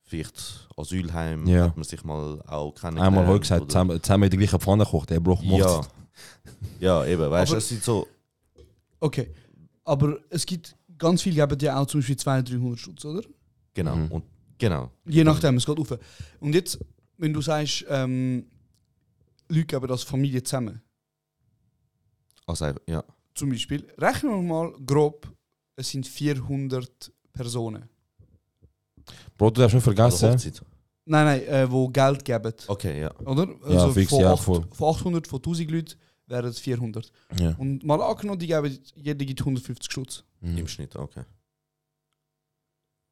Speaker 8: vielleicht Asylheim,
Speaker 9: Ja.
Speaker 8: hat man sich mal auch kennengelernt.
Speaker 9: Einmal habe ich gesagt,
Speaker 8: äh, oder-
Speaker 9: zusammen, zusammen in der gleichen Pfanne kocht, der braucht
Speaker 8: Ja.
Speaker 9: Mord.
Speaker 8: ja, eben, weißt du,
Speaker 7: Aber-
Speaker 8: es sind so.
Speaker 7: Okay. Aber es gibt ganz viel, geben die auch zum Beispiel 200, 300 Stutz, oder?
Speaker 8: Genau,
Speaker 9: Mhm.
Speaker 8: und genau.
Speaker 7: Je nachdem, es geht auf. Und jetzt, wenn du sagst, ähm, Leute geben das Familie zusammen,
Speaker 8: Also, ja.
Speaker 7: zum Beispiel, rechnen wir mal grob, es sind 400 Personen.
Speaker 9: Bro, du darfst nicht
Speaker 8: Also
Speaker 9: vergessen.
Speaker 8: Hochzeit.
Speaker 7: Nein, nein, äh, wo Geld geben.
Speaker 8: Okay, ja.
Speaker 7: Oder? Also
Speaker 9: Ja, fix,
Speaker 7: von,
Speaker 9: ja,
Speaker 7: acht-
Speaker 9: voll.
Speaker 7: von 800, von 1000 Leuten wären es 400.
Speaker 9: Ja.
Speaker 7: Und mal angenommen, die geben, jeder gibt 150 Schutz.
Speaker 9: Mhm.
Speaker 8: Im Schnitt, okay.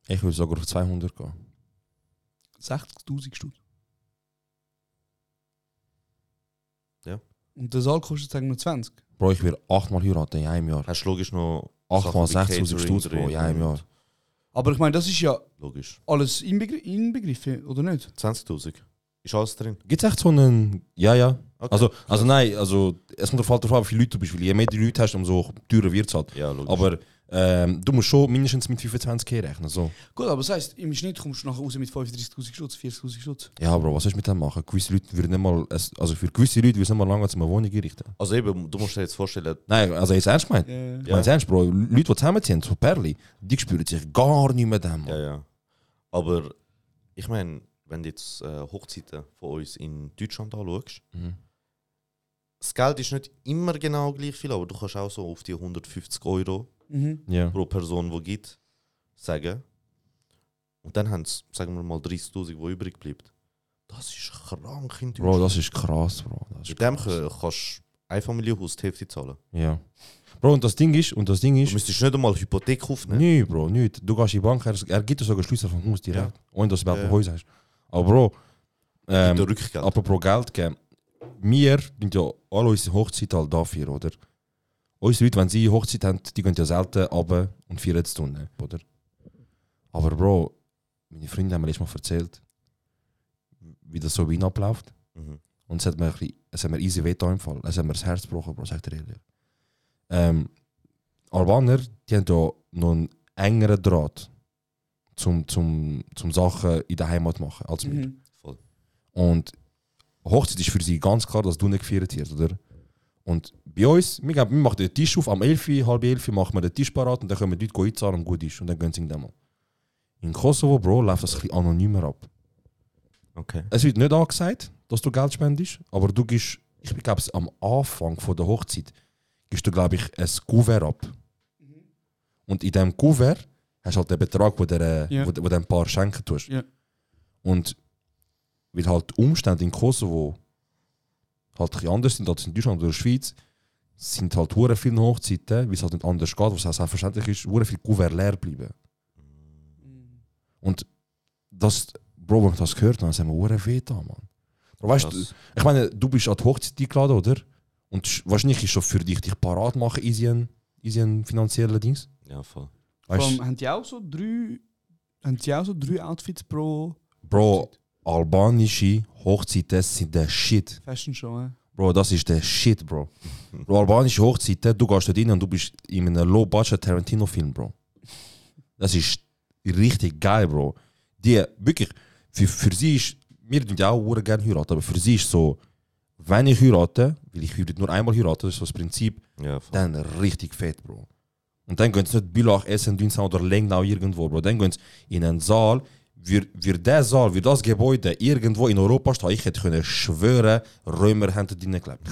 Speaker 9: Ich würde sogar auf 200 gehen.
Speaker 7: 60.000 Stutz.
Speaker 8: Ja.
Speaker 7: Und der Saal kostet, sagen wir, 20.
Speaker 9: Bro, ich werde achtmal heiraten in einem Jahr.
Speaker 8: Hast du logisch noch.
Speaker 9: Achtmal
Speaker 8: Sachen wie
Speaker 9: 6000
Speaker 8: Catering
Speaker 9: Stutz, Bro, in
Speaker 8: drin
Speaker 9: einem
Speaker 8: und-
Speaker 9: Jahr.
Speaker 7: Aber ich meine, das ist ja
Speaker 8: Logisch.
Speaker 7: alles inbegri inbegriffen, oder nicht?
Speaker 8: 20.000. Ist alles drin?
Speaker 9: Gibt es echt so einen. Ja, ja.
Speaker 8: Okay.
Speaker 9: Also, also nein, also, es kommt darauf an, wie viele Leute du bist. Weil je mehr die Leute hast, umso teurer wird es halt.
Speaker 8: ja, logisch.
Speaker 9: Aber ähm, du musst schon mindestens mit 25k rechnen. So.
Speaker 7: Gut, aber das heisst, im Schnitt kommst du nachher raus mit 35.000 Schutz, 40.000 Schutz.
Speaker 9: Ja, Bro, was sollst du mit dem machen? Gewisse Leute würden nicht mal. es- Also, für gewisse Leute würden es nicht mal lange zu einer Wohnung richten.
Speaker 8: also eben, du musst dir jetzt vorstellen,
Speaker 9: Nein, also, jetzt ernst gemeint.
Speaker 7: Äh,
Speaker 9: Ja. Meinst du ernst, Bro? Leute, die zusammenziehen, so Perli, die spüren sich gar nicht mehr dem.
Speaker 8: ja, ja. Aber ich meine, wenn du jetzt äh, Hochzeiten von uns in Deutschland anschaust,
Speaker 9: Mhm.
Speaker 8: das Geld ist nicht immer genau gleich viel, aber du kannst auch so auf die 150 Euro
Speaker 7: mhm.
Speaker 9: Ja.
Speaker 8: pro Person, die gibt, sagen. Und dann haben sie, sagen wir mal, 30.000, die übrig bleibt. Das ist krank in
Speaker 9: Bro,
Speaker 8: Deutschland.
Speaker 9: das ist krass, Bro. Das ist
Speaker 8: Mit dem
Speaker 9: krass.
Speaker 8: kann- Also kannst du ein Familienhaus die Hälfte zahlen.
Speaker 9: Ja. Bro, und das Ding ist, und das Ding
Speaker 8: Du
Speaker 9: ist,
Speaker 8: müsstest nicht einmal Hypothek aufnehmen.
Speaker 9: nö, Bro, nicht. Du gehst in die Bank, er, er gibt dir sogar Schlüssel vom Haus direkt, ohne dass du überhaupt
Speaker 8: Ja.
Speaker 9: ein Haus hast. Aber Bro,
Speaker 8: Mit der
Speaker 9: ähm,
Speaker 8: Rückgeld.
Speaker 9: apropos Geld geben, wir nehmen ja alle unsere Hochzeit halt dafür, oder? Unsere Leute, wenn sie Hochzeit haben, die gehen ja selten runter und feiern zu tun, oder? Aber Bro, meine Freunde haben mir letztes Mal erzählt, wie das so Wien abläuft.
Speaker 8: Mhm.
Speaker 9: Und es hat mir, ein bisschen, es hat mir easy weh getan im Fall. Es hat mir das Herz gebrochen, Bro, sagt er ehrlich. Ähm, Albaner, die haben da noch einen engeren Draht zum, zum, zum Sachen in der Heimat machen als wir.
Speaker 7: Mhm.
Speaker 8: Voll.
Speaker 9: Und Hochzeit ist für sie ganz klar, dass du nicht gefeiert wirst, oder? Und bei uns, wir, geben- wir machen den Tisch auf, am 11, halb 11 machen wir den Tisch parat und dann können wir die Leute einzahlen und gut ist. Und dann gehen sie in den Demo. In Kosovo, Bro, läuft das ein bisschen anonymer ab.
Speaker 8: Okay.
Speaker 9: Es wird nicht angesagt, dass du Geld spendest, aber du gibst, ich glaube, am Anfang von der Hochzeit gibst du, glaube ich, ein Kuvert ab.
Speaker 7: Mhm.
Speaker 9: Und in diesem Kuvert hast du halt den Betrag, den der,
Speaker 7: Ja.
Speaker 9: wo, wo dem Paar schenken tust.
Speaker 7: Ja.
Speaker 9: Und weil halt die Umstände in Kosovo halt ein bisschen anders sind als in Deutschland oder der Schweiz, sind halt hure viele Hochzeiten, weil es halt nicht anders geht, was auch selbstverständlich ist, hure viel Kuvert leer bleiben. Und das, Bro, wenn ich das gehört habe, das hat mir hure weh da, Mann. Aber weißt du,
Speaker 8: Krass.
Speaker 9: ich meine, du bist an die Hochzeit eingeladen, oder? Und sch- wahrscheinlich ist schon für dich dich parat machen, easy ein, easy ein finanzieller Dings.
Speaker 8: Ja, voll.
Speaker 9: Weißt
Speaker 7: Vom, haben die auch so drei, haben die auch so drei Outfits pro
Speaker 9: Bro, albanische Hochzeiten sind der Shit.
Speaker 7: Fashion Show? hä?
Speaker 9: Bro, das ist der Shit, Bro. Bro, albanische Hochzeiten, du gehst dort rein und du bist in einem Low-Budget-Tarantino-Film, Bro. Das ist richtig geil, Bro. Die, wirklich, für, für sie ist, wir tun ja auch hure gerne heiraten, aber für sie ist so, wenn ich heirate, weil ich würde nur einmal heiraten, das ist so das Prinzip,
Speaker 8: Ja, voll.
Speaker 9: dann richtig fett, Bro. Und dann gehen sie nicht Billach, Essen, Dünnsen oder Lengnau irgendwo, Bro. Dann gehen sie in einen Saal, wir, wir der Saal, wir das Gebäude irgendwo in Europa stehen, ich hätte können schwören, Römer hätten drinnen geklebt.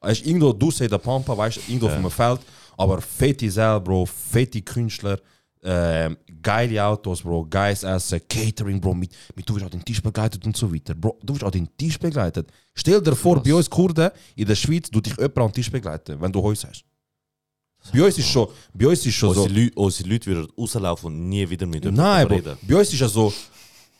Speaker 9: Weißt du, irgendwo du in der Pampa, weißt du, irgendwo
Speaker 8: Ja.
Speaker 9: vom Feld, aber fette Saal, Bro, fette Künstler, ähm, geile Autos, Bro, geiles Essen, Catering, Bro, mit, mit du wirst an den Tisch begleitet und so weiter. Bro, du wirst an den Tisch begleitet. Stell dir vor, bei uns Kurden in der Schweiz, du dich jemand an den Tisch begleiten, wenn du Häus hast. Bei uns ist schon, bei uns ist schon so.
Speaker 8: Unsere, Leu unsere Leute würden rauslaufen und nie wieder mit
Speaker 9: Nein,
Speaker 8: jemandem
Speaker 9: Bro. Bei uns ist ja so,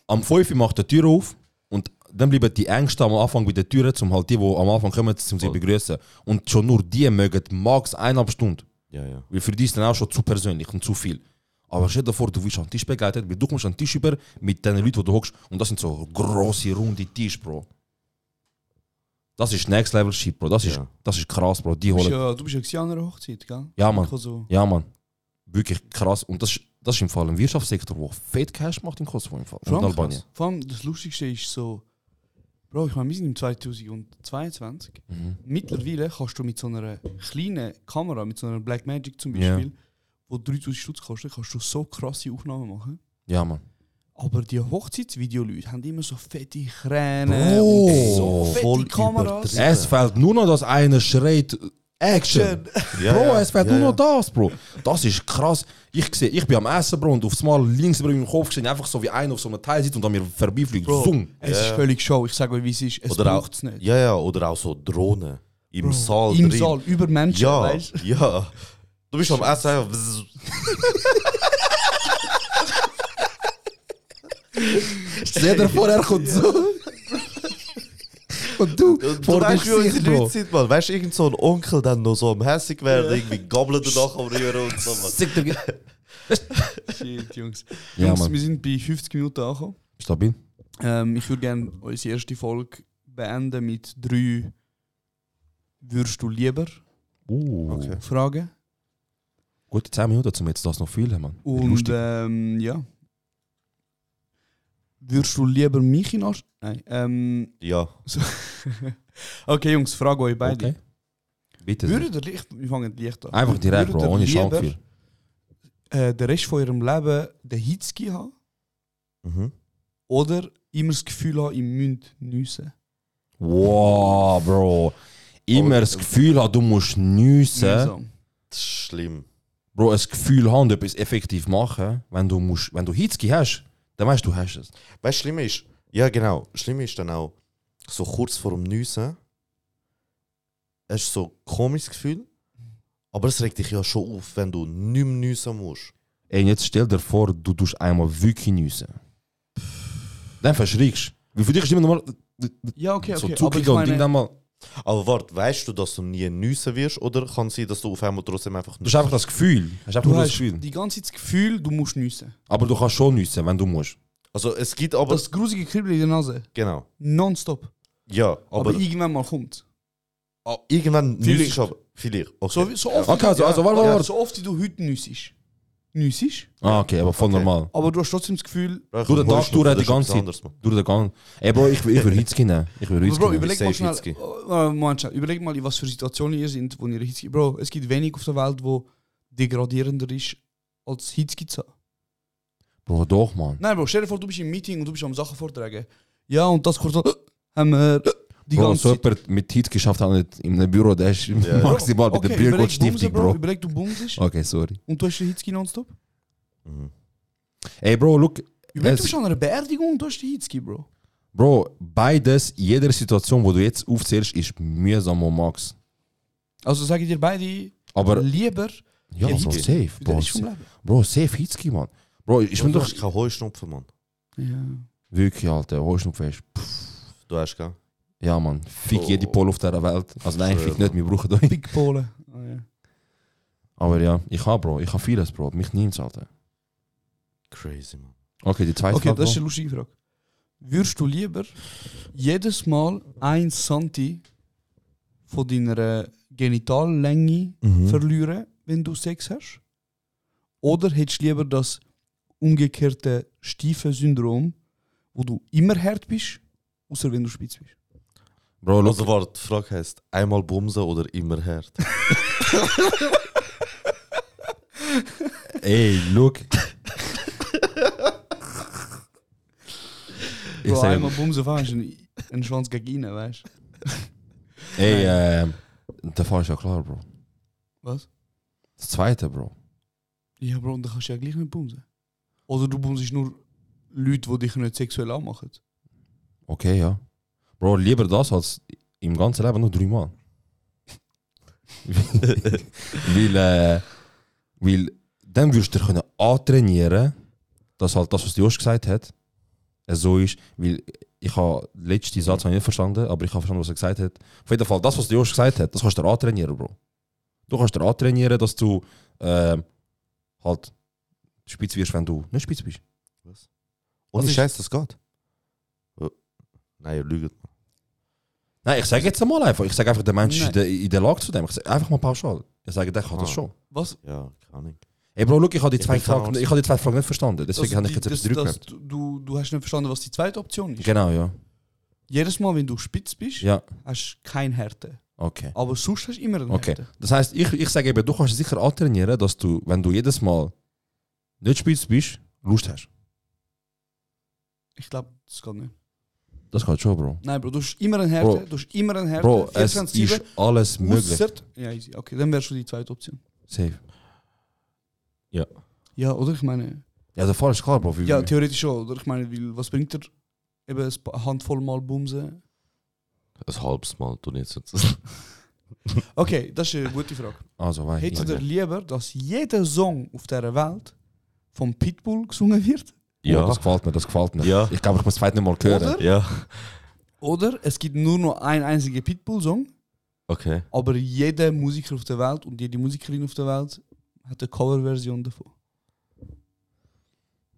Speaker 9: am 5 Uhr macht die Tür auf und dann bleiben die Ängste am Anfang bei der Tür, zum halt die, die am Anfang kommen, zum sie
Speaker 8: Voll.
Speaker 9: begrüßen. Und schon nur die mögen max eineinhalb Stunden.
Speaker 8: Ja, ja.
Speaker 9: Weil für die ist dann auch schon zu persönlich und zu viel. Aber stell dir vor, du wirst an den Tisch begleitet, weil du kommst an den Tisch über mit den Leuten, die du hockst. Und das sind so grosse, runde Tische, Bro. Das ist Next Level Shit, Bro. Das ist,
Speaker 8: Ja.
Speaker 9: das ist krass, Bro. Die
Speaker 7: Du bist
Speaker 9: holen.
Speaker 7: ja, du bist ja gewesen an einer Hochzeit, gell? Also,
Speaker 9: Ja, Mann.
Speaker 7: Ich so,
Speaker 9: Ja, Mann. Wirklich krass. Und das, ist- das ist im Fall ein Wirtschaftssektor, der fett Cash macht in Kosovo im Fall. Und
Speaker 7: Vor allem,
Speaker 9: Albanien.
Speaker 7: vor allem das Lustigste ist so, Bro, ich meine, wir sind im 2022.
Speaker 9: Mhm.
Speaker 7: Mittlerweile kannst du mit so einer kleinen Kamera, mit so einer Blackmagic zum
Speaker 9: Ja.
Speaker 7: Beispiel, wo 3000 Stutz kostet, kannst du so krasse Aufnahmen machen.
Speaker 9: Ja, Mann.
Speaker 7: Aber die Hochzeitsvideoleute haben immer so fette Kräne
Speaker 9: Bro,
Speaker 7: und so fette
Speaker 8: voll
Speaker 7: Kameras.
Speaker 8: übertrieben.
Speaker 9: Es fällt nur noch, dass einer schreit Action.
Speaker 8: Ja,
Speaker 9: Bro,
Speaker 8: ja.
Speaker 9: es fällt
Speaker 8: Ja,
Speaker 9: nur
Speaker 8: ja.
Speaker 9: noch das, Bro. Das ist krass. Ich sehe, ich bin am Essen, Bro, und aufs Mal links über meinem Kopf gesehen, einfach so wie einer auf so einem Teil sitzt und an mir vorbeifliegt.
Speaker 7: Bro,
Speaker 9: Zoom.
Speaker 7: Es ist völlig show. Ich sage euch, wie es ist. Es
Speaker 8: Oder auch,
Speaker 7: braucht es nicht.
Speaker 8: ja, ja, oder auch so Drohnen im Saal
Speaker 7: Im
Speaker 8: drin.
Speaker 7: Saal, über Menschen,
Speaker 8: Ja,
Speaker 7: weißt du?
Speaker 8: ja. Du bist am Essen. einfach bzzz.
Speaker 9: Stell dir vor, er kommt so. und du,
Speaker 8: Und Du
Speaker 9: vor deinem
Speaker 8: weißt, wie unsere
Speaker 9: Gesicht, Bro.
Speaker 8: Leute sind, Mann. Weißt du, irgend so ein Onkel dann noch so am hässig werden, irgendwie Gabeln danach am Rühren und so, Mann.
Speaker 9: Sick, Digga.
Speaker 7: Shit, Jungs.
Speaker 9: Ja,
Speaker 7: Jungs,
Speaker 9: Mann.
Speaker 7: wir sind bei 50 Minuten angekommen.
Speaker 9: Stabil.
Speaker 7: Ähm, ich würde gerne unsere erste Folge beenden mit drei Würdest du lieber
Speaker 9: Uh,
Speaker 8: Okay.
Speaker 7: Fragen.
Speaker 9: Gute 10 Minuten, um jetzt das noch fühlen, Mann.
Speaker 7: Und
Speaker 9: Lustig.
Speaker 7: ähm, ja. Würdest du lieber mich in Arsch. Nein. Ähm,
Speaker 8: Ja.
Speaker 7: so okay, Jungs, frage euch beide.
Speaker 9: okay. Bitte. sehr.
Speaker 7: äh, Würdet ihr leicht, wir fangen leicht an.
Speaker 9: Einfach direkt,
Speaker 7: Würdet
Speaker 9: Bro,
Speaker 7: ihr
Speaker 9: ohne
Speaker 7: lieber,
Speaker 9: Schamgefühl.
Speaker 7: Äh, den Rest von eurem Leben den Hitzki haben
Speaker 8: Mhm.
Speaker 7: oder immer das Gefühl haben, im Mund nüsse.
Speaker 9: Wow, Bro. Immer
Speaker 8: Aber-
Speaker 9: das Gefühl haben, du musst nüssen.
Speaker 8: Das ist schlimm.
Speaker 9: Bro, das Gefühl haben, du etwas effektiv machen. Wenn du, musst, wenn du Hitzki hast, dann weißt du, du hast es.
Speaker 8: Weißt du, schlimm ist, ja genau, schlimm ist dann auch, so kurz vor dem Nüssen, es ist so ein komisches Gefühl, aber es regt dich ja schon auf, wenn du nicht mehr nüssen musst.
Speaker 9: Ey, und jetzt stell dir vor, du tust einmal wirklich nüssen. Dann verschrickst du. Weil für dich ist immer normal
Speaker 7: Ja, okay, okay.
Speaker 9: so
Speaker 7: aber ich
Speaker 9: zuckiger und Ding
Speaker 7: meine,
Speaker 9: dann mal.
Speaker 8: Aber warte, weißt du, dass du nie nüssen wirst oder kann es sein, dass du auf einmal trotzdem einfach
Speaker 9: Du hast einfach das Gefühl. Hast einfach
Speaker 7: du
Speaker 9: nur das
Speaker 7: hast
Speaker 9: Gefühl.
Speaker 7: die ganze Zeit das Gefühl, du musst nüsse.
Speaker 9: Aber du kannst schon nüssen, wenn du musst.
Speaker 8: Also es gibt aber,
Speaker 7: Das grusige Kribbeln in der Nase.
Speaker 8: genau,
Speaker 7: Nonstop.
Speaker 8: ja,
Speaker 7: Aber,
Speaker 8: aber,
Speaker 7: irgendwann mal kommt.
Speaker 8: ah, irgendwann
Speaker 7: Vielleicht.
Speaker 8: nüsst du aber, vielleicht, okay.
Speaker 7: So, wie- so oft,
Speaker 9: Okay,
Speaker 7: wie-
Speaker 9: also- also, warte, warte, warte.
Speaker 7: so oft wie du heute nüssisch. Nüssisch?
Speaker 9: Ah, okay, aber voll
Speaker 8: Okay.
Speaker 9: normal.
Speaker 7: Aber du hast trotzdem das Gefühl.
Speaker 8: Ja, komm,
Speaker 9: Du den
Speaker 8: holst
Speaker 9: Tag
Speaker 8: noch, das
Speaker 9: durch die
Speaker 8: ist etwas
Speaker 9: ganze Zeit.
Speaker 8: anderes, Mann.
Speaker 9: Durch den ganzen. Ey, Bro, ich, ich würde Hitzki nehmen. Ich würde
Speaker 7: Aber
Speaker 9: Hitzki
Speaker 7: Bro,
Speaker 9: nehmen.
Speaker 7: überleg mal
Speaker 8: Safe
Speaker 7: schnell.
Speaker 8: Hitzki.
Speaker 7: Oh, Moment, schnell. Überleg mal, in was für Situationen ihr sind, wo ihr Hitzki. Bro, es gibt wenig auf der Welt, wo degradierender ist als Hitzki zu haben.
Speaker 9: Bro, doch, Mann.
Speaker 7: Nein, Bro, stell dir vor, du bist im Meeting und du bist am Sachen vortragen. Ja, und das kurz so. äh, Haben wir die
Speaker 9: Bro,
Speaker 7: ganze
Speaker 9: so
Speaker 7: Zeit.
Speaker 9: jemand mit Hit geschafft hat nicht in einem Büro, der ist maximal bei der Biergottstiftung,
Speaker 7: Bumsen,
Speaker 9: Bro.
Speaker 7: Überleg, du bumsest
Speaker 9: Okay, sorry.
Speaker 7: und du hast den Hitzki nonstop.
Speaker 8: Mhm.
Speaker 9: Ey, Bro, look.
Speaker 7: Überleg, du
Speaker 9: es-
Speaker 7: bist an einer Beerdigung und du hast den Hitzki, Bro.
Speaker 9: Bro, beides, jeder Situation, wo du jetzt aufzählst, ist mühsam und max.
Speaker 7: Also sage ich dir beide
Speaker 9: Aber,
Speaker 7: lieber
Speaker 9: ja, Bro,
Speaker 7: Hitzki.
Speaker 9: safe.
Speaker 7: für den
Speaker 9: Bro,
Speaker 7: Rest vom
Speaker 9: sa-
Speaker 7: Leben.
Speaker 9: bro safe Hitzki, Mann. Bro, ich bin
Speaker 8: du
Speaker 9: doch...
Speaker 8: hast keinen Heuschnupfen, Mann.
Speaker 7: Ja.
Speaker 9: Wirklich, Alter, Heuschnupfen ist.
Speaker 8: Du hast gell?
Speaker 9: Ja, Mann, fick
Speaker 8: Oh.
Speaker 9: jede Pol auf dieser Welt. Also nein,
Speaker 8: Schwör,
Speaker 9: fick nicht, wir brauchen euch.
Speaker 7: Big Polen. Ah, ja.
Speaker 9: Aber ja, ich hab Bro, ich hab vieles, Bro. Mich nimmt's, Alter.
Speaker 8: Crazy, man.
Speaker 9: Okay, die zweite
Speaker 7: Okay,
Speaker 9: Frage.
Speaker 7: das ist eine lustige Frage. Würdest du lieber jedes Mal ein Santi von deiner eh, Genitallänge verlieren, wenn du Sex hast? Oder hättest du lieber das umgekehrte Stiefel-Syndrom, wo du immer hart bist, außer wenn du spitz bist?
Speaker 9: Bro, look,
Speaker 8: Also, warte, die Frage heisst: einmal bumsen oder immer hart?
Speaker 9: ey, look. ich
Speaker 7: Bro,
Speaker 9: sag,
Speaker 7: einmal bumsen fahren ist ein, ein Schwanz gegen ihn, weißt du?
Speaker 9: ey, ähm, der Fall ist ja klar, Bro.
Speaker 7: Was?
Speaker 9: Das zweite, Bro.
Speaker 7: Ja, Bro, und dann kannst du ja gleich nicht bumsen. Oder du bumsest nur Leute, die dich nicht sexuell anmachen.
Speaker 9: Okay, ja. Bro, lieber das als im ganzen Leben nur dreimal. weil, äh, weil dann wirst du dir können antrainieren, dass halt das, was Josh gesagt hat, es so ist, weil ich habe den letzten Satz hab ich nicht verstanden, aber ich habe verstanden, was er gesagt hat. Auf jeden Fall, das, was Josh gesagt hat, das kannst du dir antrainieren, Bro. Du kannst dir antrainieren, dass du ähm, halt spitz wirst, wenn du nicht spitz bist.
Speaker 8: Was? Ohne
Speaker 9: Was ist-
Speaker 8: Scheiß, das geht. Oh. Nein, ihr lügt. man.
Speaker 9: Nein, ich sage jetzt einmal einfach. Ich sage einfach, der Mensch ist
Speaker 7: Nein.
Speaker 9: in der, in der Lage zu dem. Ich sage einfach mal pauschal. Ich sage, der kann das
Speaker 8: Ah.
Speaker 9: schon.
Speaker 7: Was?
Speaker 8: Ja, keine Ahnung.
Speaker 9: Ey, Bro, look, ich habe die,
Speaker 8: Ich
Speaker 9: zwei
Speaker 8: bin kein
Speaker 9: Fragen-
Speaker 8: Arzt.
Speaker 9: ich habe die zwei Fragen nicht verstanden. Deswegen habe ich jetzt
Speaker 7: Also die-
Speaker 9: etwas
Speaker 7: das,
Speaker 9: zurückgehört.
Speaker 7: das, du, du hast nicht verstanden, was die zweite Option ist.
Speaker 9: Genau, ja.
Speaker 7: Jedes Mal, wenn du spitz bist,
Speaker 9: Ja,
Speaker 7: hast du keine Härte.
Speaker 9: okay.
Speaker 7: Aber sonst hast du immer eine
Speaker 9: Okay.
Speaker 7: Härte.
Speaker 9: Das heißt, ich, ich sage eben, du kannst sicher antrainieren, dass du, wenn du jedes Mal nicht spitz bist, Lust hast.
Speaker 7: Ich glaube, das geht nicht.
Speaker 9: Das geht schon, Bro.
Speaker 7: Nein, Bro, du hast immer eine Härte.
Speaker 9: Bro.
Speaker 7: Du hast immer eine Härte.
Speaker 9: Bro, es
Speaker 7: 24/7,
Speaker 9: ist alles möglich.
Speaker 7: ausser- Ja, easy. Okay, dann wärst du die zweite Option.
Speaker 9: Safe.
Speaker 7: Ja, oder? Ich meine...
Speaker 9: Ja, der Fall ist klar, Bro. Wie-
Speaker 7: Ja, theoretisch schon, oder? Ich meine, weil, was bringt dir eben ein paar- eine Handvoll Mal Bumsen?
Speaker 8: Ein halbes Mal, du nicht.
Speaker 7: Okay, das ist eine gute Frage.
Speaker 9: also, weil.
Speaker 7: Hättest du dir lieber, dass jeder Song auf dieser Welt vom Pitbull gesungen wird?
Speaker 9: Oh, das gefällt mir, das gefällt mir.
Speaker 8: Ja.
Speaker 9: Ich glaube, ich muss das zweite nicht mal hören.
Speaker 7: Oder?
Speaker 8: Ja.
Speaker 7: Oder es gibt nur noch einen einzigen Pitbull-Song,
Speaker 8: Okay.
Speaker 7: aber jeder Musiker auf der Welt und jede Musikerin auf der Welt hat eine Coverversion davon.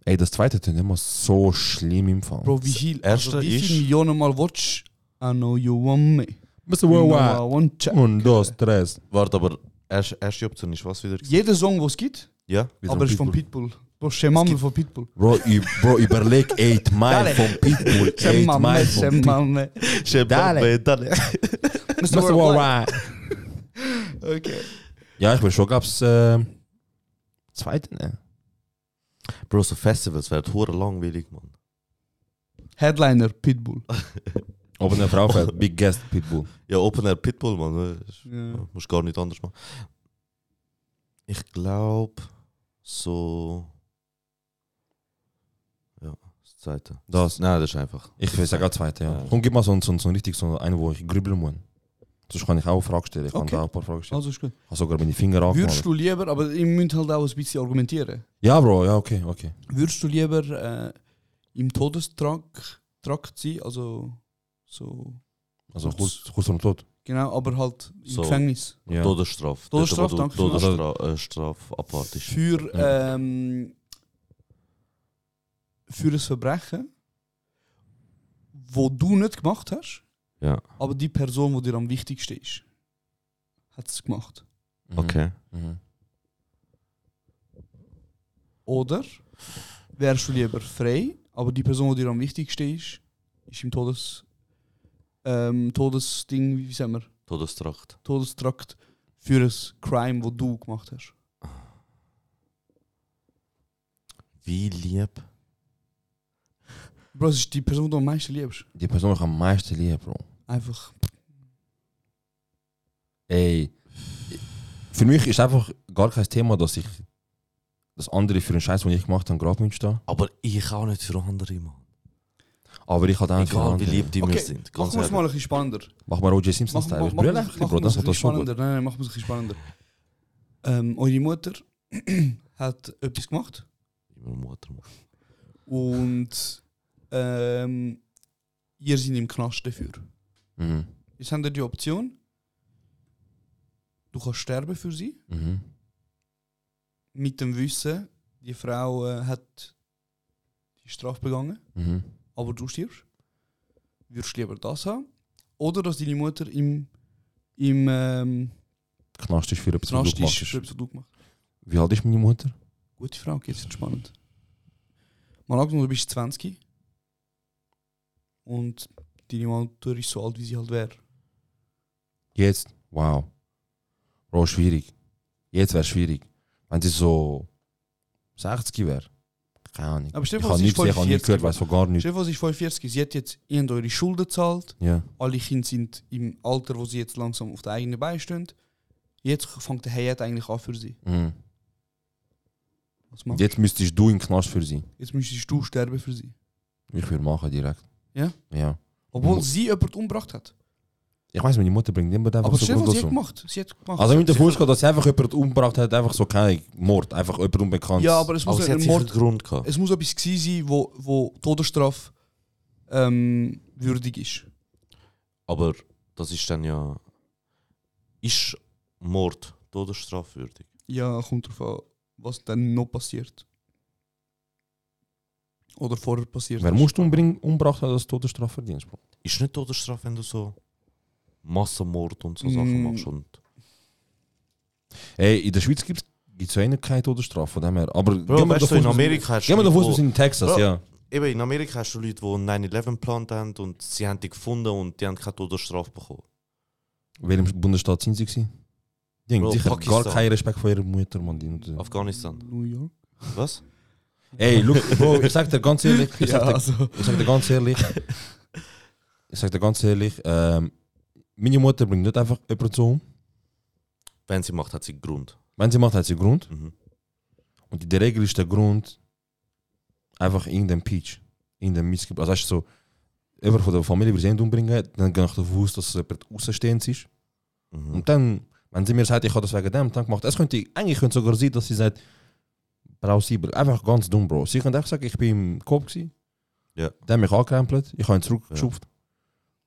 Speaker 9: Ey, das zweite tönt immer so schlimm im Fall.
Speaker 7: Bro, wie viel, also
Speaker 8: erste
Speaker 7: wie
Speaker 8: ist-
Speaker 7: viele Millionen Mal watch I know you want me.
Speaker 9: Mr.
Speaker 7: You know I want you.
Speaker 9: Und das Stress.
Speaker 8: Warte, aber erst, erste Option ist was wieder?
Speaker 7: Jeder Song, den es gibt,
Speaker 8: Ja.
Speaker 7: aber ist von Pitbull. Bro, Schemame von Pitbull.
Speaker 9: Bro, ü- bro überleg 8 Mile
Speaker 7: Dale.
Speaker 9: vom Pitbull. 8
Speaker 7: Schemame,
Speaker 9: Mile vom Pitbull.
Speaker 7: Schemame.
Speaker 8: Dale. Dale.
Speaker 7: Mr.
Speaker 9: Mr.
Speaker 7: Worldwide.
Speaker 9: Worldwide.
Speaker 7: Okay.
Speaker 9: Ja, ich bin schon, glaub's, äh, zweite, ne?
Speaker 8: Bro, so Festivals werden hure langweilig, man.
Speaker 7: Headliner, Pitbull.
Speaker 9: Ob eine Frau fällt. Big Guest Pitbull.
Speaker 8: Ja, Open Air Pitbull, man.
Speaker 7: Ja.
Speaker 8: Musst gar nicht anders machen. Ich glaube, so. Ja, das zweite.
Speaker 9: Das.
Speaker 8: Nein, das ist einfach.
Speaker 9: Ich will sagen, zweite, ja.
Speaker 8: Ja.
Speaker 9: Komm, gib mal so, so, so richtig so einen, wo ich grübeln muss. Sonst kann ich auch eine Frage stellen. Ich
Speaker 7: Okay.
Speaker 9: kann da auch ein paar Fragen stellen.
Speaker 7: Also ist gut.
Speaker 9: Ich habe sogar meine Finger
Speaker 7: Würdest
Speaker 9: angemalt.
Speaker 7: du lieber, aber ihr müsst halt auch ein bisschen argumentieren.
Speaker 9: Ja, Bro, ja, okay, okay.
Speaker 7: Würdest du lieber äh, im Todestrakt Trakt sein, also so
Speaker 9: Also kurz,
Speaker 7: Kurz.
Speaker 9: kurz vor dem Tod.
Speaker 7: genau, aber halt im
Speaker 8: So.
Speaker 7: Gefängnis
Speaker 9: Ja.
Speaker 8: Todesstrafe.
Speaker 7: Todesstrafe,
Speaker 8: Dort,
Speaker 7: danke
Speaker 8: wo du Todesstrafe äh, Strafe abwartest.
Speaker 7: für
Speaker 9: Ja.
Speaker 7: ähm, für ein Verbrechen, wo du nicht gemacht hast,
Speaker 8: Ja.
Speaker 7: aber die Person, die dir am wichtigsten ist, hat es gemacht.
Speaker 9: Mhm.
Speaker 8: Okay.
Speaker 9: Mhm.
Speaker 7: Oder wärst du lieber frei, aber die Person, die dir am wichtigsten ist, ist im Todes ähm, Todesding, wie sagen wir?
Speaker 8: Todestracht.
Speaker 7: Todestrakt für ein Crime, wo du gemacht hast.
Speaker 8: Wie lieb.
Speaker 7: Bro, es ist die Person, die du am meisten liebst.
Speaker 9: Die Person, die ich am meisten liebe, Bro.
Speaker 7: Einfach.
Speaker 9: Ey, für mich ist einfach gar kein Thema, dass ich das andere für den Scheiß, den ich gemacht habe, gerade stehe.
Speaker 8: Aber ich auch nicht für andere, Mann.
Speaker 9: Aber ich hatte auch für
Speaker 8: Egal, wie
Speaker 9: andere.
Speaker 8: lieb die
Speaker 7: Okay,
Speaker 8: mir sind.
Speaker 7: Mach
Speaker 8: Ganz
Speaker 7: uns
Speaker 8: ehrlich.
Speaker 7: mal ein bisschen spannender.
Speaker 9: Mach mal OJ Simpson
Speaker 7: Mach,
Speaker 9: Style.
Speaker 7: mach,
Speaker 9: Ich
Speaker 7: mach,
Speaker 9: brülle
Speaker 7: mach,
Speaker 9: einfach,
Speaker 7: mach
Speaker 9: Bro,
Speaker 7: uns
Speaker 9: das
Speaker 7: ein bisschen
Speaker 9: hat das schon gut.
Speaker 7: spannender. Nein, nein, mach uns ein bisschen spannender. Ähm, eure Mutter hat etwas gemacht
Speaker 8: Immer Mutter, Mann.
Speaker 7: und ähm, ihr seid im Knast dafür.
Speaker 9: Mhm.
Speaker 7: Jetzt habt ihr die Option, du kannst sterben für sie,
Speaker 9: Mhm.
Speaker 7: mit dem Wissen, die Frau äh, hat die Strafe begangen,
Speaker 9: Mhm.
Speaker 7: aber du stirbst. Würdest du lieber das haben? Oder dass deine Mutter im, im ähm,
Speaker 9: Knast ist für etwas, was
Speaker 7: Knast ist,
Speaker 9: du machst.
Speaker 7: für etwas, was du gemacht hast.
Speaker 9: Wie alt ist meine Mutter?
Speaker 7: Gute Frage, jetzt wird spannend. Mal angenommen, du bist 20 und deine Mutter ist so alt, wie sie halt wäre.
Speaker 9: Jetzt? Wow. Bro, schwierig. Jetzt wäre schwierig. Wenn sie so 60 wäre. Keine Ahnung.
Speaker 7: Aber stell dir
Speaker 9: ich
Speaker 7: vor,
Speaker 9: habe
Speaker 7: sie
Speaker 9: nichts,
Speaker 7: ist
Speaker 9: ich habe
Speaker 7: 45.
Speaker 9: nichts gehört, weiß von gar nichts.
Speaker 7: Stell dir vor, sie ist 45, sie hat jetzt ihr habt eure Schulden gezahlt,
Speaker 9: Ja.
Speaker 7: alle Kinder sind im Alter, wo sie jetzt langsam auf den eigenen Beinen stehen. Jetzt fängt der Hayat eigentlich an für sie.
Speaker 9: Mhm.
Speaker 7: Was machst du?
Speaker 9: Jetzt müsstest du im Knast für sie.
Speaker 7: Jetzt müsstest du sterben für sie.
Speaker 9: Ich würde machen direkt.
Speaker 7: Ja?
Speaker 9: Ja.
Speaker 7: Obwohl
Speaker 9: Mo-
Speaker 7: sie jemanden umgebracht hat.
Speaker 9: Ich weiß, meine Mutter bringt niemand einfach
Speaker 7: Aber
Speaker 9: so
Speaker 7: stell dir vor, sie
Speaker 9: grundlos
Speaker 7: hat
Speaker 9: um.
Speaker 7: gemacht. Sie hat gemacht.
Speaker 9: Also,
Speaker 7: Sie
Speaker 9: wenn
Speaker 7: hat
Speaker 9: du
Speaker 7: sicher-
Speaker 9: vorstellst, dass sie einfach jemanden umgebracht hat, einfach so kein Mord, einfach jemand unbekannt.
Speaker 7: Ja, aber es
Speaker 8: Aber
Speaker 7: muss
Speaker 8: Also sie
Speaker 7: ja
Speaker 8: hat
Speaker 7: ein
Speaker 8: sicher einen
Speaker 7: Mord
Speaker 8: Grund gehabt.
Speaker 7: Es muss etwas gewesen sein, wo, wo Todesstrafe ähm, würdig ist.
Speaker 8: Aber das ist dann ja. Ist Mord todesstrafwürdig?
Speaker 7: Ja, kommt drauf an, was dann noch passiert. Oder vorher passiert.
Speaker 9: Wer
Speaker 7: ist.
Speaker 9: musst du umbringen, umgebracht haben, dass du Todesstrafe verdienst, Bro?
Speaker 8: Ist nicht Todesstrafe, wenn du so Massenmord und so
Speaker 7: Mm.
Speaker 8: Sachen machst und
Speaker 9: Ey, in der Schweiz gibt es so eine keine Todesstrafe, von dem her. Aber
Speaker 8: Bro,
Speaker 9: gehen wir
Speaker 8: weißt
Speaker 9: davon
Speaker 8: du, in
Speaker 9: aus-
Speaker 8: Amerika hast du
Speaker 9: Gehen wir
Speaker 8: Leute,
Speaker 9: davon aus, wir
Speaker 8: wo-
Speaker 9: sind in Texas,
Speaker 8: Bro.
Speaker 9: ja.
Speaker 8: Eben, in Amerika hast du Leute, die 9-11 geplant haben und sie haben die gefunden und die haben keine Todesstrafe bekommen.
Speaker 9: Welchem Bundesstaat sind sie gewesen? Die haben
Speaker 8: Bro,
Speaker 9: sicher
Speaker 8: Pakistan.
Speaker 9: gar keinen Respekt vor ihrer Mutter, Mann. Die und,
Speaker 8: Afghanistan.
Speaker 7: New York.
Speaker 8: Was?
Speaker 9: Ey, look, Bro, ich sag dir ganz ehrlich, ich,
Speaker 7: Ja,
Speaker 9: sag, dir,
Speaker 7: also.
Speaker 9: ich sag dir ganz ehrlich, ich sag dir ganz ehrlich, ähm, meine Mutter bringt nicht einfach jemanden so um.
Speaker 8: Wenn sie macht, hat sie Grund.
Speaker 9: Wenn sie macht, hat sie einen Grund.
Speaker 8: Mhm.
Speaker 9: Und in der Regel ist der Grund einfach irgendein Peach, irgendein Missgeburt. Also, weißt du, so, jemand von der Familie will sie nicht umbringen, dann gehe ich davon aus, dass es jemand außenstehend ist.
Speaker 8: Mhm.
Speaker 9: Und dann, wenn sie mir sagt, ich habe das wegen dem Tag gemacht, es könnte, eigentlich könnte sogar sein, dass sie sagt, plausibel, einfach ganz dumm, Bro. Sie könnte einfach sagen, ich bin im Kopf gewesen,
Speaker 8: Ja.
Speaker 9: der hat mich angekrempelt, ich habe ihn zurückgeschupft.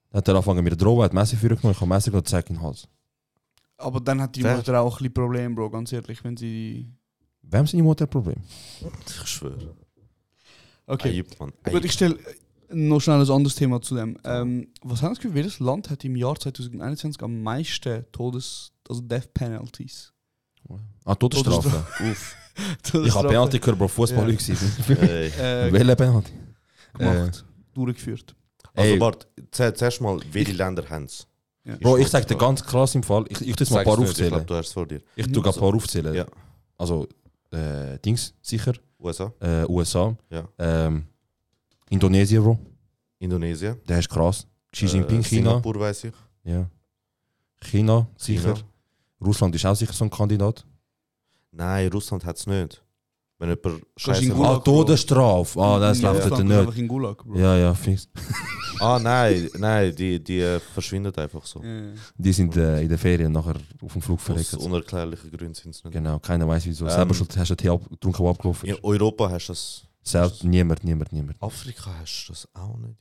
Speaker 9: Dann hat er angefangen, mir zu drohen, hat Messer für genommen, ich habe Messer genommen, zack, in den Hals.
Speaker 7: Aber dann hat die
Speaker 8: Fair.
Speaker 7: Mutter auch ein bisschen Probleme, Bro, ganz ehrlich, wenn sie.
Speaker 9: Wem sind die Mutter ein Problem?
Speaker 8: Ich schwöre.
Speaker 7: Okay.
Speaker 8: Ayub, Mann.
Speaker 7: Gut,
Speaker 8: Ayub.
Speaker 7: ich stelle noch schnell ein anderes Thema zu dem. Ähm, was haben Sie das Gefühl, welches Land hat im Jahr 2021 am meisten Todes-, also Death Penalties?
Speaker 9: Ah, Todesstrafe. Uff. Ich habe Penalty gehört, Bro, Fußball
Speaker 7: Ja.
Speaker 9: ja. gewesen.
Speaker 8: Ey.
Speaker 7: äh,
Speaker 9: Welche Penalty? Äh,
Speaker 7: gemacht, durchgeführt.
Speaker 8: Also,
Speaker 9: Ey.
Speaker 8: Äh, Bart, zuer- zuerst mal, welche Länder haben es?
Speaker 7: Ja.
Speaker 9: Bro, ich sag dir ganz krass im Fall, ich, ich tu jetzt mal ein
Speaker 8: Sag's
Speaker 9: paar
Speaker 8: nicht, Ich glaube,
Speaker 9: aufzählen.
Speaker 8: du hast es vor dir.
Speaker 9: Ich tu grad ein paar aufzählen.
Speaker 8: Ja.
Speaker 9: Also, äh, Dings, sicher.
Speaker 8: USA,
Speaker 9: äh, USA.
Speaker 8: Ja.
Speaker 9: Ähm, Indonesien, Bro.
Speaker 8: Indonesien,
Speaker 9: Der ist krass. Xi Jinping,
Speaker 8: äh,
Speaker 9: China.
Speaker 8: Singapur, weiß ich.
Speaker 9: Ja. China, sicher.
Speaker 8: China.
Speaker 9: Russland ist auch sicher so ein Kandidat.
Speaker 8: Nein, Russland hat es nicht. Wenn jemand
Speaker 7: in
Speaker 8: Scheiße
Speaker 7: Gulag,
Speaker 9: Ah,
Speaker 8: macht.
Speaker 7: Gulag, Bro.
Speaker 9: Todesstrafe. Ah, das
Speaker 7: Ja. Russland
Speaker 9: läuft dort
Speaker 7: ist
Speaker 9: nicht.
Speaker 7: einfach in Gulag, Bro.
Speaker 9: Ja, ja, fix.
Speaker 8: Ah, nein, nein, die, die äh, verschwindet einfach so.
Speaker 7: Ja.
Speaker 9: Die sind äh, in der Ferien nachher auf dem Flug
Speaker 8: Aus
Speaker 9: verreckt.
Speaker 8: unerklärlichen Gründen sind es nicht.
Speaker 9: Genau, keiner weiß wieso.
Speaker 8: Ähm.
Speaker 9: Selber schuld hast du den Tee abgetrunken, der abgelaufen
Speaker 8: In
Speaker 9: ist.
Speaker 8: Europa hast du das.
Speaker 9: Selbst niemand, niemand, niemand.
Speaker 8: Afrika hast du das auch nicht.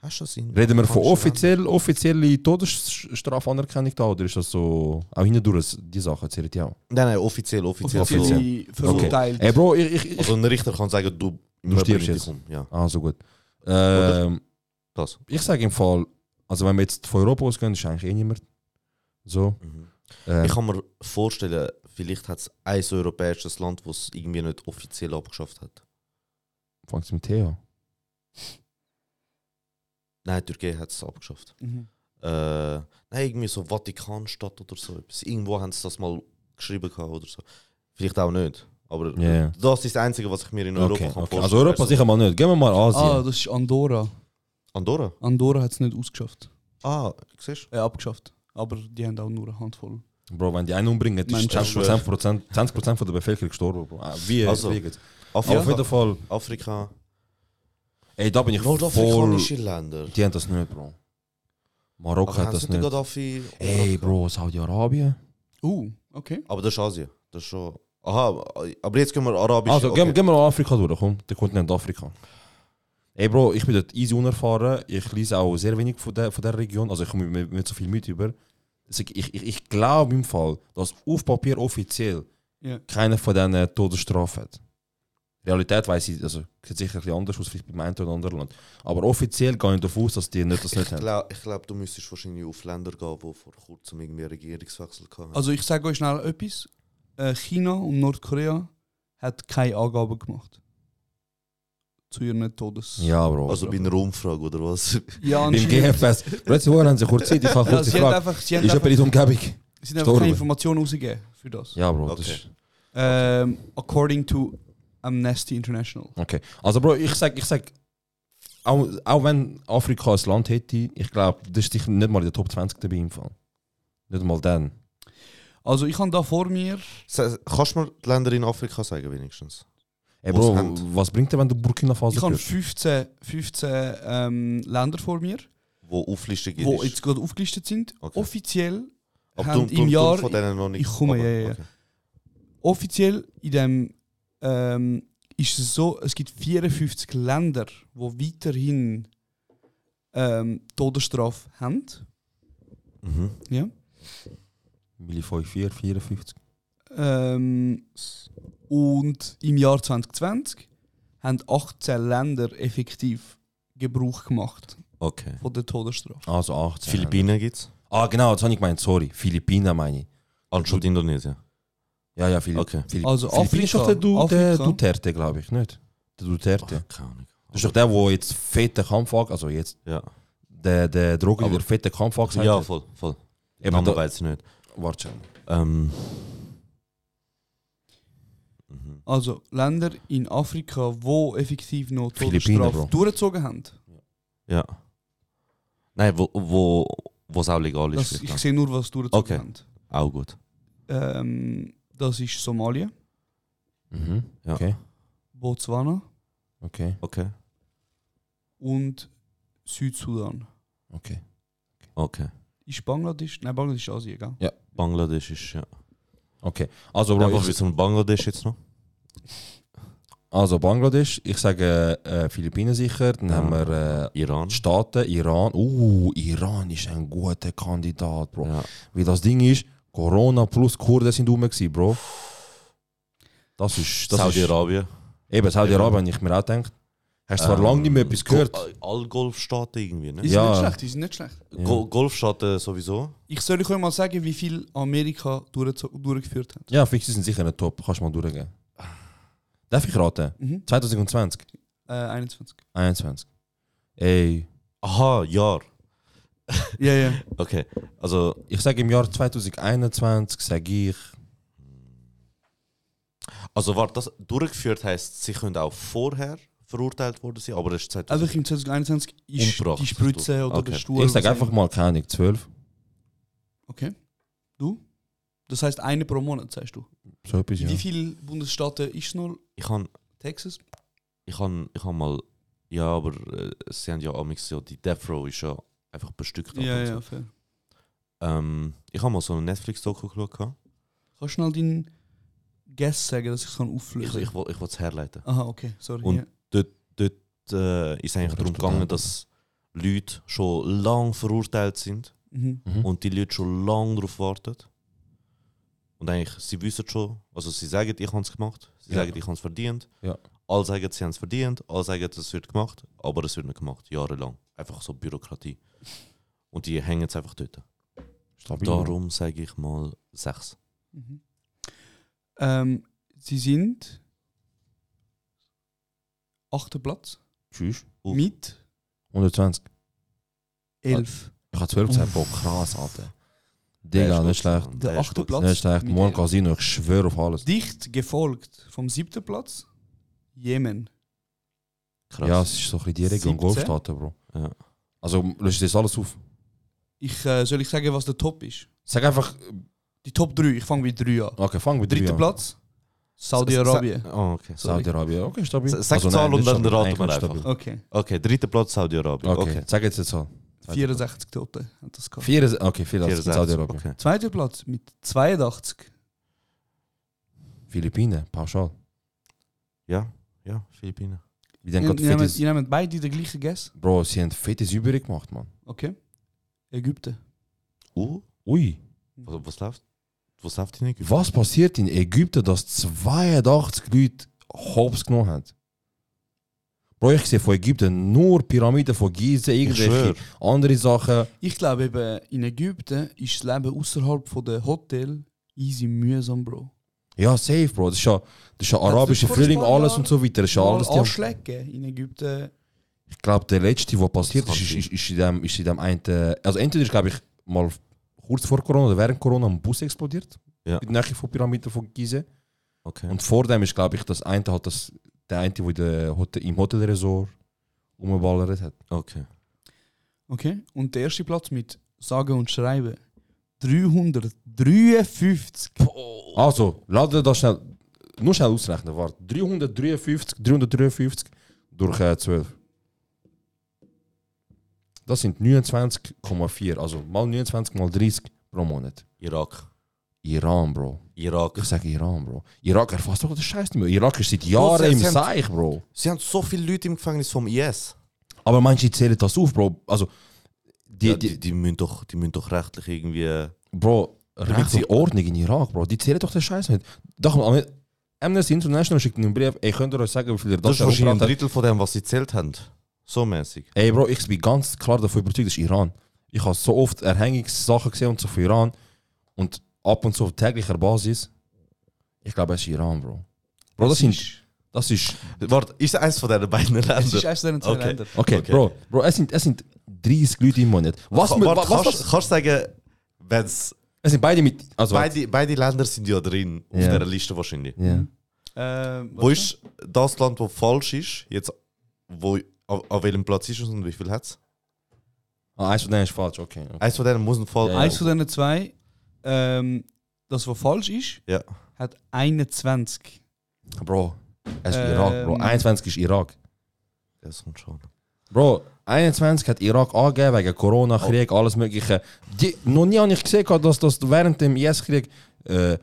Speaker 8: Hast du das in
Speaker 9: Reden wir von
Speaker 8: afrikanischen
Speaker 9: offiziell, offizielle Todesstrafanerkennung da oder ist das so auch hindurch die Sachen zählen ja auch?
Speaker 8: Ländern? Nein, nein, offiziell, offiziell.
Speaker 7: Offiziell
Speaker 8: Also,
Speaker 7: die verurteilt.
Speaker 9: Ey Bro, ich, ich, ich
Speaker 8: also ein Richter kann sagen, du, man
Speaker 9: stirbst
Speaker 8: bringt dich
Speaker 9: jetzt.
Speaker 8: um. Ja,
Speaker 9: Ah, so gut. Ähm,
Speaker 8: das.
Speaker 9: ich sage im Fall, also wenn wir jetzt von Europa ausgehen, ist eigentlich eh niemand. So.
Speaker 8: Mhm.
Speaker 9: Äh,
Speaker 8: Ich kann mir vorstellen, vielleicht hat es ein so europäisches Land, das es irgendwie nicht offiziell abgeschafft hat.
Speaker 9: fangst du mit Tee an?
Speaker 8: Nein, Türkei hat es abgeschafft.
Speaker 7: Mhm.
Speaker 8: äh, nein, irgendwie so Vatikanstadt oder so etwas. Irgendwo haben sie das mal geschrieben gehabt oder so. Vielleicht auch nicht. Aber
Speaker 9: Ja.
Speaker 8: das ist das Einzige, was ich mir in Europa
Speaker 9: Okay,
Speaker 8: kann
Speaker 9: okay.
Speaker 8: vorstellen
Speaker 9: Also Europa sicher mal nicht. Gehen wir mal
Speaker 7: Ah,
Speaker 9: Asien.
Speaker 7: das ist Andorra.
Speaker 8: Andorra?
Speaker 7: Andorra hat es nicht ausgeschafft.
Speaker 8: Ah, siehst
Speaker 7: Äh, abgeschafft. Aber die haben auch nur eine Handvoll.
Speaker 9: Bro, wenn die einen umbringen, ist
Speaker 7: Mensch,
Speaker 9: 20%, Prozent, 20 von der Bevölkerung gestorben. Bro. Ah, Wie?
Speaker 8: Also,
Speaker 9: wie geht's?
Speaker 8: du?
Speaker 9: Auf jeden
Speaker 8: Afrika.
Speaker 9: Fall,
Speaker 8: Afrika.
Speaker 9: ey, da bin ich voll...
Speaker 8: Nordafrikanische Länder.
Speaker 9: Die haben das nicht, Bro. Marokko
Speaker 8: Aber haben
Speaker 9: hat
Speaker 8: sie
Speaker 9: das
Speaker 8: nicht den
Speaker 9: nicht.
Speaker 8: Gaddafi?
Speaker 9: Ey, Bro, Saudi-Arabien.
Speaker 7: Uh, okay.
Speaker 8: Aber das ist Asien. Das ist schon... Aha, aber jetzt können wir Arabisch...
Speaker 9: Also, gehen,
Speaker 8: okay.
Speaker 9: gehen wir mal Afrika durch, komm. Der Kontinent Afrika. Ey Bro, ich bin dort easy unerfahren. Ich lese auch sehr wenig von der, von der Region. Also ich komme mit, mit so viel mit über. Also ich, ich, ich, ich glaube im Fall, dass auf Papier offiziell
Speaker 7: Ja.
Speaker 9: keiner von diesen Todesstrafe hat. Realität weiß ich, also sieht sicher ein bisschen anders aus, vielleicht beim einen oder anderen Land. Aber offiziell gehe ich davon aus, dass die nicht, das nicht
Speaker 8: Ich
Speaker 9: haben.
Speaker 8: glaube, ich glaub, du müsstest wahrscheinlich auf Länder gehen, die vor kurzem irgendwie einen Regierungswechsel hatten.
Speaker 7: Also ich sage euch schnell etwas. Äh, China und Nordkorea hat keine Angaben gemacht. Zu ihren Todes...
Speaker 9: Ja, Bro.
Speaker 8: Also bei einer Umfrage oder was?
Speaker 7: ja
Speaker 9: Beim
Speaker 7: anscheinend.
Speaker 9: GFS. Letzte Woche haben sie kurz Zeit, ich habe
Speaker 7: Ja,
Speaker 9: kurz
Speaker 7: sie haben
Speaker 9: gefragt.
Speaker 7: einfach, sie haben
Speaker 9: Ist jemand
Speaker 7: einfach,
Speaker 9: in der Umgebung?
Speaker 7: sie haben einfach keine
Speaker 9: gestorben?
Speaker 7: Informationen rausgegeben für das.
Speaker 9: Ja, Bro. Das
Speaker 8: Okay.
Speaker 9: ist,
Speaker 7: Ähm, according to Amnesty International.
Speaker 9: okay. Also, Bro, ich sag, ich sag auch, auch wenn Afrika ein Land hätte, ich glaube, das ist sicher nicht mal in der Top 20 dabei im Fall. Nicht mal dann.
Speaker 7: Also ich habe da vor mir...
Speaker 8: Sa- Kannst du mir die Länder in Afrika sagen, wenigstens?
Speaker 9: Ey,
Speaker 8: Wo
Speaker 9: Bro,
Speaker 8: sie haben.
Speaker 9: was bringt dir, wenn du Burkina Faso
Speaker 7: Ich habe
Speaker 9: hörst?
Speaker 7: 15, 15 ähm, Länder vor mir,
Speaker 8: Wo Auflistung
Speaker 7: die
Speaker 8: ist.
Speaker 7: jetzt gerade aufgelistet sind.
Speaker 8: Okay.
Speaker 7: Offiziell,
Speaker 8: Aber
Speaker 7: haben
Speaker 8: du-
Speaker 7: im
Speaker 8: du- du
Speaker 7: Jahr-
Speaker 8: von denen noch nicht.
Speaker 7: ich komme,
Speaker 8: aber-
Speaker 7: ja, ja, ja.
Speaker 8: okay.
Speaker 7: offiziell in dem ähm, ist es so, es gibt 54 Länder, wo weiterhin ähm, Todesstrafe haben.
Speaker 8: Mhm.
Speaker 7: Ja.
Speaker 9: Mille 4, 54.
Speaker 7: Ähm, und im Jahr 2020 haben 18 Länder effektiv Gebrauch gemacht
Speaker 8: Okay.
Speaker 7: von der Todesstrafe.
Speaker 9: Also 18.
Speaker 8: Philippinen gibt es.
Speaker 9: Ah, genau, das habe ich gemeint, sorry. Philippinen meine ich.
Speaker 8: Anstatt Indonesien.
Speaker 9: Ja, ja, Philippinen.
Speaker 8: Okay.
Speaker 9: Philipp
Speaker 7: Also
Speaker 9: Philippinen ist doch der, du,
Speaker 7: Afrika-
Speaker 9: der
Speaker 7: Afrika.
Speaker 9: Duterte, glaube ich, nicht? Der Duterte.
Speaker 8: Ach, keine Ahnung.
Speaker 9: Das ist doch der, der jetzt fetten Kampf angeht, also jetzt
Speaker 8: Ja,
Speaker 9: der, der Drogen,
Speaker 8: Aber-
Speaker 9: der fetten Kampf angesagt
Speaker 8: ja
Speaker 9: hat.
Speaker 8: voll. voll.
Speaker 9: Eben,
Speaker 8: Namen
Speaker 9: da-
Speaker 8: weiß ich nicht.
Speaker 9: Warte schon.
Speaker 8: Ähm. Mhm.
Speaker 7: Also Länder in Afrika, wo effektiv noch
Speaker 9: Philippinen,
Speaker 7: Todesstrafe
Speaker 9: Bro.
Speaker 7: durchgezogen haben.
Speaker 8: Ja. Nein, wo, wo, wo es auch legal ist.
Speaker 7: Das,
Speaker 8: vielleicht
Speaker 7: ich
Speaker 8: noch.
Speaker 7: sehe nur, was durchgezogen
Speaker 8: Okay.
Speaker 7: haben.
Speaker 8: Auch gut.
Speaker 7: Ähm, das ist Somalia,
Speaker 9: Mhm.
Speaker 8: Ja.
Speaker 9: Okay,
Speaker 7: Botswana
Speaker 9: okay,
Speaker 8: Okay.
Speaker 7: und Südsudan.
Speaker 9: okay.
Speaker 8: Okay.
Speaker 7: Ist Bangladesch? Nein, Bangladesch ist Asien, gell?
Speaker 8: Bangladesch ist, ja.
Speaker 9: Okay. Also, Bro,
Speaker 8: Einfach
Speaker 9: ich,
Speaker 8: zum Bangladesch jetzt noch.
Speaker 9: also Bangladesch, ich sage äh, Philippinen sicher, dann
Speaker 8: Ja.
Speaker 9: haben wir
Speaker 8: Iran.
Speaker 9: äh, Staaten, Iran. Uh, Iran ist ein guter Kandidat, Bro.
Speaker 8: Ja.
Speaker 9: Wie das Ding ist, Corona plus Kurden sind rum, gewesen, Bro. Das ist. Das ist
Speaker 8: Saudi-Arabien.
Speaker 9: eben, Saudi-Arabien, habe ich mir auch gedacht. Hast zwar
Speaker 8: Ähm,
Speaker 9: lange nicht mehr etwas gehört.
Speaker 8: All Golfstaaten irgendwie, ne?
Speaker 7: Ist
Speaker 9: Ja.
Speaker 7: nicht schlecht, ist nicht schlecht.
Speaker 9: Ja.
Speaker 8: Go Golfstaaten sowieso.
Speaker 7: Ich soll euch mal sagen, wie viel Amerika durchgezo- durchgeführt hat.
Speaker 9: Ja, Fixie sind sicher nicht top. Kannst du mal durchgehen. Darf ich raten?
Speaker 7: Mhm.
Speaker 9: 2020?
Speaker 7: Äh, 21.
Speaker 9: 21. Ey,
Speaker 8: Aha, Jahr.
Speaker 7: Ja, ja.
Speaker 8: Okay. Also,
Speaker 9: ich sage im Jahr 2021, sage ich.
Speaker 8: also warte, das durchgeführt heisst, sie können auch vorher verurteilt worden sein, aber das ist Zeit.
Speaker 9: Also
Speaker 7: Einfach im 2021 ist
Speaker 8: Umgebracht.
Speaker 7: die Spritze oder
Speaker 8: Okay.
Speaker 7: der Stuhl.
Speaker 9: ich sage
Speaker 7: oder
Speaker 9: einfach mal, keine Ahnung, 12.
Speaker 7: so. Okay. Du? Das heißt eine pro Monat, sagst du.
Speaker 9: So etwas, ja.
Speaker 7: Wie viele Bundesstaaten ist noch?
Speaker 8: ich habe
Speaker 7: Texas?
Speaker 8: ich han, ich han mal. Ja, aber äh, sie haben ja amigs so, die Death Row ist ja einfach bestückt. ab
Speaker 7: Ja,
Speaker 8: und
Speaker 7: ja,
Speaker 8: so.
Speaker 7: fair.
Speaker 8: Ähm, ich habe mal so ein Netflix-Doku geschaut. gehabt.
Speaker 7: Kannst du schnell deinen Guess sagen, dass ich es auflösen
Speaker 8: Ich,
Speaker 7: kann?
Speaker 8: ich, will- ich wollte es herleiten.
Speaker 7: Aha, okay, sorry.
Speaker 8: Und-
Speaker 7: ja.
Speaker 8: Äh, ist eigentlich
Speaker 9: Ja,
Speaker 8: darum
Speaker 9: das
Speaker 8: gegangen,
Speaker 9: stimmt.
Speaker 8: dass Leute schon lang verurteilt sind.
Speaker 7: Mhm.
Speaker 9: Mhm.
Speaker 8: und die Leute schon lange darauf warten. Und eigentlich, sie wissen schon, also sie sagen, ich habe es gemacht, sie
Speaker 9: Ja.
Speaker 8: sagen, ich habe es verdient.
Speaker 9: Ja.
Speaker 8: Alle sagen, sie haben es verdient, alle sagen, es wird gemacht, aber es wird nicht gemacht, jahrelang. Einfach so Bürokratie. Und die hängen jetzt einfach dort.
Speaker 9: Stabil.
Speaker 8: Darum sage ich mal sechs.
Speaker 7: Mhm. Ähm, sie sind achter Platz
Speaker 9: Tschüss.
Speaker 8: Uff.
Speaker 7: mit
Speaker 9: 120.
Speaker 7: elf.
Speaker 9: Ich habe 12 gesagt, boah, krass, Alter. Digga, nicht schlecht.
Speaker 7: Der achte Platz.
Speaker 9: Nicht schlecht.
Speaker 7: mit
Speaker 9: Morgen
Speaker 7: elf.
Speaker 9: Casino, ich schwöre auf alles.
Speaker 7: Dicht gefolgt vom siebten Platz Jemen.
Speaker 8: Krass.
Speaker 9: Ja, es ist so ein bisschen die Region
Speaker 7: 17.
Speaker 9: Golfstaaten, Bro.
Speaker 8: Ja.
Speaker 9: Also löst das alles auf.
Speaker 7: Ich äh, soll ich sagen, was der Top ist?
Speaker 9: Sag einfach,
Speaker 7: Die Top 3, ich fange mit 3 an.
Speaker 9: okay, fang mit drei
Speaker 7: Dritter
Speaker 9: an.
Speaker 7: Platz Saudi-Arabien.
Speaker 8: Ah, okay.
Speaker 9: Saudi-Arabien, okay, stabil.
Speaker 8: Sa- sag Zahl
Speaker 9: nicht
Speaker 8: und dann
Speaker 9: stabil,
Speaker 8: raten
Speaker 9: eigentlich
Speaker 8: wir
Speaker 9: nicht
Speaker 8: einfach.
Speaker 9: stabil.
Speaker 7: Okay.
Speaker 8: Okay, dritter Platz Saudi-Arabien.
Speaker 9: Okay.
Speaker 8: Okay.
Speaker 9: sag jetzt die Zahl.
Speaker 7: 64 Tote hat das gehabt.
Speaker 9: Vier, okay, vier, das
Speaker 8: 64.
Speaker 9: ist Saudi-Arabien.
Speaker 8: Okay.
Speaker 7: Zweiter Platz mit 82.
Speaker 9: Philippinen, pauschal.
Speaker 8: Ja, ja, Philippinen.
Speaker 9: Ich
Speaker 7: Ihr
Speaker 9: denke,
Speaker 7: nehmt- ihr nehmt,
Speaker 9: fettes,
Speaker 7: ihr nehmt beide den gleichen Guess?
Speaker 9: Bro, sie haben fettes Übrig gemacht, Mann.
Speaker 7: Okay. Ägypten.
Speaker 8: Uh,
Speaker 9: Ui.
Speaker 8: was, was läuft? Was läuft in Ägypten?
Speaker 9: Was passiert in Ägypten, dass 82 Leute Hops genommen haben? Bro, ich sehe von Ägypten nur Pyramiden von Giza, irgendwelche
Speaker 8: schwör.
Speaker 9: andere Sachen.
Speaker 7: Ich glaube eben, in Ägypten ist das Leben außerhalb von der Hotel easy mühsam, Bro.
Speaker 9: Ja, safe, Bro. Das ist ja, das ist ja arabischer
Speaker 7: vor
Speaker 9: Frühling,
Speaker 7: ein paar
Speaker 9: alles
Speaker 7: Jahren
Speaker 9: und so weiter. Das ist ja
Speaker 7: Mal
Speaker 9: alles, die haben-
Speaker 7: Anschläge gegeben in Ägypten.
Speaker 9: Ich glaube, der letzte, der passiert
Speaker 8: Das
Speaker 9: ist,
Speaker 8: kann
Speaker 9: ist, ist, in dem, ist in dem einen. äh, Also, entweder ist, glaube ich, mal kurz vor Corona oder während Corona ein Bus explodiert.
Speaker 8: Ja.
Speaker 9: In der Nähe von Pyramiden von Gizeh.
Speaker 8: Okay.
Speaker 9: Und vor dem ist, glaube ich, das eine hat das, der eine, der in der Hotel, im Hotelresort umgeballert hat.
Speaker 8: okay.
Speaker 7: Okay. Und der erste Platz mit Sagen und Schreiben. 353.
Speaker 9: Also, laden wir das schnell, nur schnell ausrechnen. Warte, 353, 353 durch äh, 12. Das sind 29,4. Also mal 29 mal 30 pro Monat.
Speaker 8: Irak.
Speaker 9: Iran, Bro.
Speaker 8: Irak.
Speaker 9: Ich sage Iran, Bro. Irak erfasst doch den Scheiß nicht mehr. Irak ist seit Jahren
Speaker 8: sie
Speaker 9: im
Speaker 8: haben-
Speaker 9: Seich, Bro.
Speaker 8: Sie haben so viele Leute im Gefängnis vom IS.
Speaker 9: Aber manche zählen das auf, Bro. Also, die,
Speaker 8: Ja,
Speaker 9: die,
Speaker 8: die, die, müssen doch, die müssen doch rechtlich irgendwie. äh,
Speaker 9: Bro, bringt
Speaker 8: Recht-
Speaker 9: die Ordnung in Irak, Bro. Die zählen doch den Scheiß nicht. Doch, aber Amnesty International schickt einen Brief, ey, könnt ihr euch sagen, wie viel der
Speaker 8: Das,
Speaker 9: das
Speaker 8: ist wahrscheinlich ein
Speaker 9: umgebracht hat?
Speaker 8: Drittel von dem, was sie gezählt haben. So mäßig.
Speaker 9: Ey, Bro, ich bin ganz klar davon überzeugt, das ist Iran. Ich habe so oft Erhängungssachen gesehen und so von Iran und ab und zu auf täglicher Basis. Ich glaube, es ist Iran, Bro. Bro, das, sind,
Speaker 7: ist,
Speaker 9: das ist,
Speaker 8: Warte, ist eins von diesen beiden
Speaker 7: es ist
Speaker 8: Ländern?
Speaker 7: eines der zwei
Speaker 8: Okay.
Speaker 7: Länder.
Speaker 9: okay,
Speaker 8: Okay.
Speaker 9: Bro, Bro, es sind, es sind 30 Leute im Monat. Was,
Speaker 8: Ka-
Speaker 9: mit,
Speaker 8: warte,
Speaker 9: was, was,
Speaker 8: kannst, kannst du sagen, wenn's,
Speaker 9: es sind beide mit, also,
Speaker 8: beide, beide Länder sind ja drin auf
Speaker 9: Ja.
Speaker 8: dieser Liste wahrscheinlich.
Speaker 9: Ja.
Speaker 7: Ähm,
Speaker 8: Wo ist das Land, wo falsch ist, jetzt wo, an, an welchem Platz ist es und wie viel hat es?
Speaker 9: Ah, eins von denen ist falsch, okay. okay.
Speaker 8: Eins von denen muss ein Fall.
Speaker 9: Ja.
Speaker 7: Eins von diesen zwei, ähm, das, was falsch ist,
Speaker 8: Ja.
Speaker 7: hat 21.
Speaker 9: Bro, es ist
Speaker 7: Ähm.
Speaker 9: Irak, Bro. 21 ist Irak.
Speaker 8: Das kommt schon.
Speaker 9: Bro, 21 hat Irak angegeben wegen Corona, Krieg, alles Mögliche. Die, noch nie habe ich gesehen, gehabt, dass das während dem IS-Krieg, äh,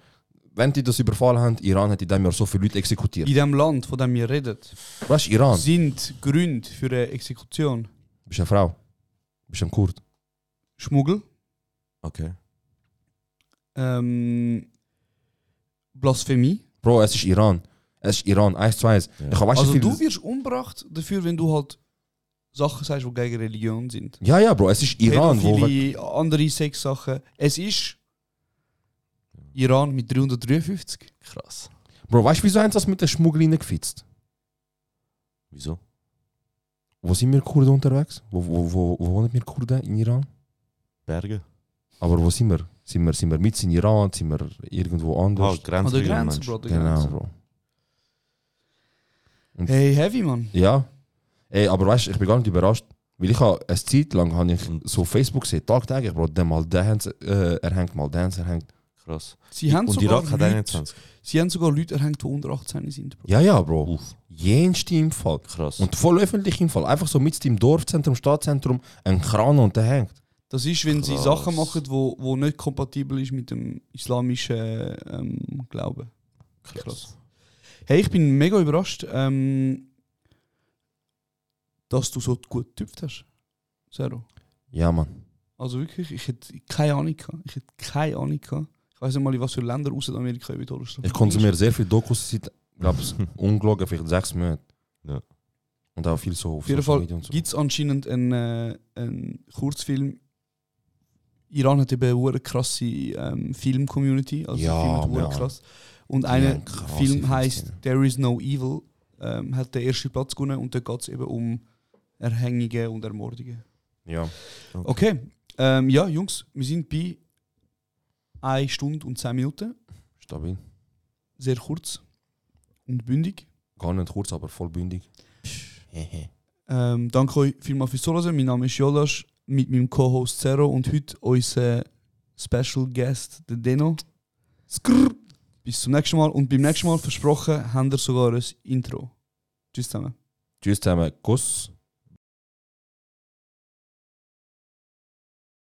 Speaker 9: wenn die das überfallen haben, Iran hat in diesem Jahr so viele Leute exekutiert.
Speaker 7: In dem Land, von dem ihr redet,
Speaker 9: Was ist Iran?
Speaker 7: sind Gründe für eine Exekution
Speaker 9: Bist eine Frau? Bist ein Kurd?
Speaker 7: Schmuggel,
Speaker 8: Okay.
Speaker 7: ähm, Blasphemie.
Speaker 9: Bro, es ist Iran. Es ist Iran, eins zu eins. Ich weiss
Speaker 7: also
Speaker 9: wie
Speaker 7: du wirst umgebracht dafür, wenn du halt Sachen sagst, die gegen Religion sind.
Speaker 9: Ja, ja, Bro, es ist Iran. Wo
Speaker 7: Pädophilie, andere Sexsachen. Es ist Iran mit 353.
Speaker 8: Krass.
Speaker 9: Bro, weißt du, wieso haben sie das mit den Schmugglern gefitzt?
Speaker 8: Wieso?
Speaker 9: Wo sind wir Kurden unterwegs? Wo, wo, wo, wo wohnen wir Kurden in Iran?
Speaker 8: Berge?
Speaker 9: Aber wo sind wir? Sind wir, sind wir mit in Iran? Sind wir irgendwo
Speaker 8: Ah,
Speaker 7: An
Speaker 9: anders?
Speaker 7: der
Speaker 8: Grenzregion,
Speaker 7: Grenze,
Speaker 8: Mensch.
Speaker 7: Bro. an Der
Speaker 9: Genau,
Speaker 7: Halt, Grenze.
Speaker 9: Bro.
Speaker 7: Hey, heavy, Mann.
Speaker 9: Ja. Ey, aber weißt du, ich bin gar nicht überrascht. Weil ich habe eine Zeit lang habe ich
Speaker 8: Und-
Speaker 9: so Facebook gesehen, tagtäglich, Bro, der mal den äh, erhängt, mal den erhängt.
Speaker 8: Krass.
Speaker 7: Sie haben,
Speaker 8: Und
Speaker 7: sogar
Speaker 8: Irak hat
Speaker 7: Leute,
Speaker 8: 21.
Speaker 7: sie haben sogar Leute erhängt, die unter 18 sind. Bro.
Speaker 9: Ja, ja, Bro.
Speaker 8: Uff,
Speaker 9: Jenste im Fall.
Speaker 8: krass.
Speaker 9: Und voll öffentlich im Fall. Einfach so mit im Dorfzentrum, Stadtzentrum, ein Kran und der hängt.
Speaker 7: Das ist, wenn sie
Speaker 8: Krass.
Speaker 7: Sachen machen, wo, wo nicht kompatibel ist mit dem islamischen ähm, Glauben.
Speaker 8: krass.
Speaker 7: Hey, ich bin mega überrascht, ähm, dass du so gut getüpft hast. Zero.
Speaker 9: Ja, Mann.
Speaker 7: Also wirklich, ich hätte keine Ahnung gehabt. Ich hätte keine Ahnung gehabt. Ich weiß nicht mal, in was für Länder außer Amerika ich bin
Speaker 9: Ich konsumiere sehr viel Dokus seit, glaube ich, ungelogen, vielleicht sechs Monate.
Speaker 8: Ja.
Speaker 9: Und auch viel so auf
Speaker 7: Auf jeden
Speaker 9: Social
Speaker 7: Fall
Speaker 9: Media und so.
Speaker 7: gibt es anscheinend einen, äh, einen Kurzfilm. Iran hat eben eine hure krasse ähm, Film-Community. Also
Speaker 9: Ja,
Speaker 7: Film hat hure
Speaker 9: Mann.
Speaker 7: krass. Und
Speaker 9: haben
Speaker 7: einer
Speaker 9: krasse
Speaker 7: Film
Speaker 9: Filmszene.
Speaker 7: heißt There is no evil. Ähm, hat den ersten Platz gewonnen und da geht es eben um Erhängige und Ermordungen.
Speaker 9: Ja.
Speaker 7: Okay, ähm, ja, Jungs, wir sind bei 1 Stunde und 10 Minuten.
Speaker 9: Stabil.
Speaker 7: Sehr kurz und bündig.
Speaker 9: Gar nicht kurz, aber voll bündig.
Speaker 7: Ähm, danke euch vielmals fürs Zuhören. Mein Name ist Jolas mit meinem Co-Host Zero und heute unser Special Guest, der Deno. Skrrr. Bis zum nächsten Mal und beim nächsten Mal versprochen haben wir sogar ein Intro. Tschüss zusammen.
Speaker 9: Tschüss zusammen. Kuss.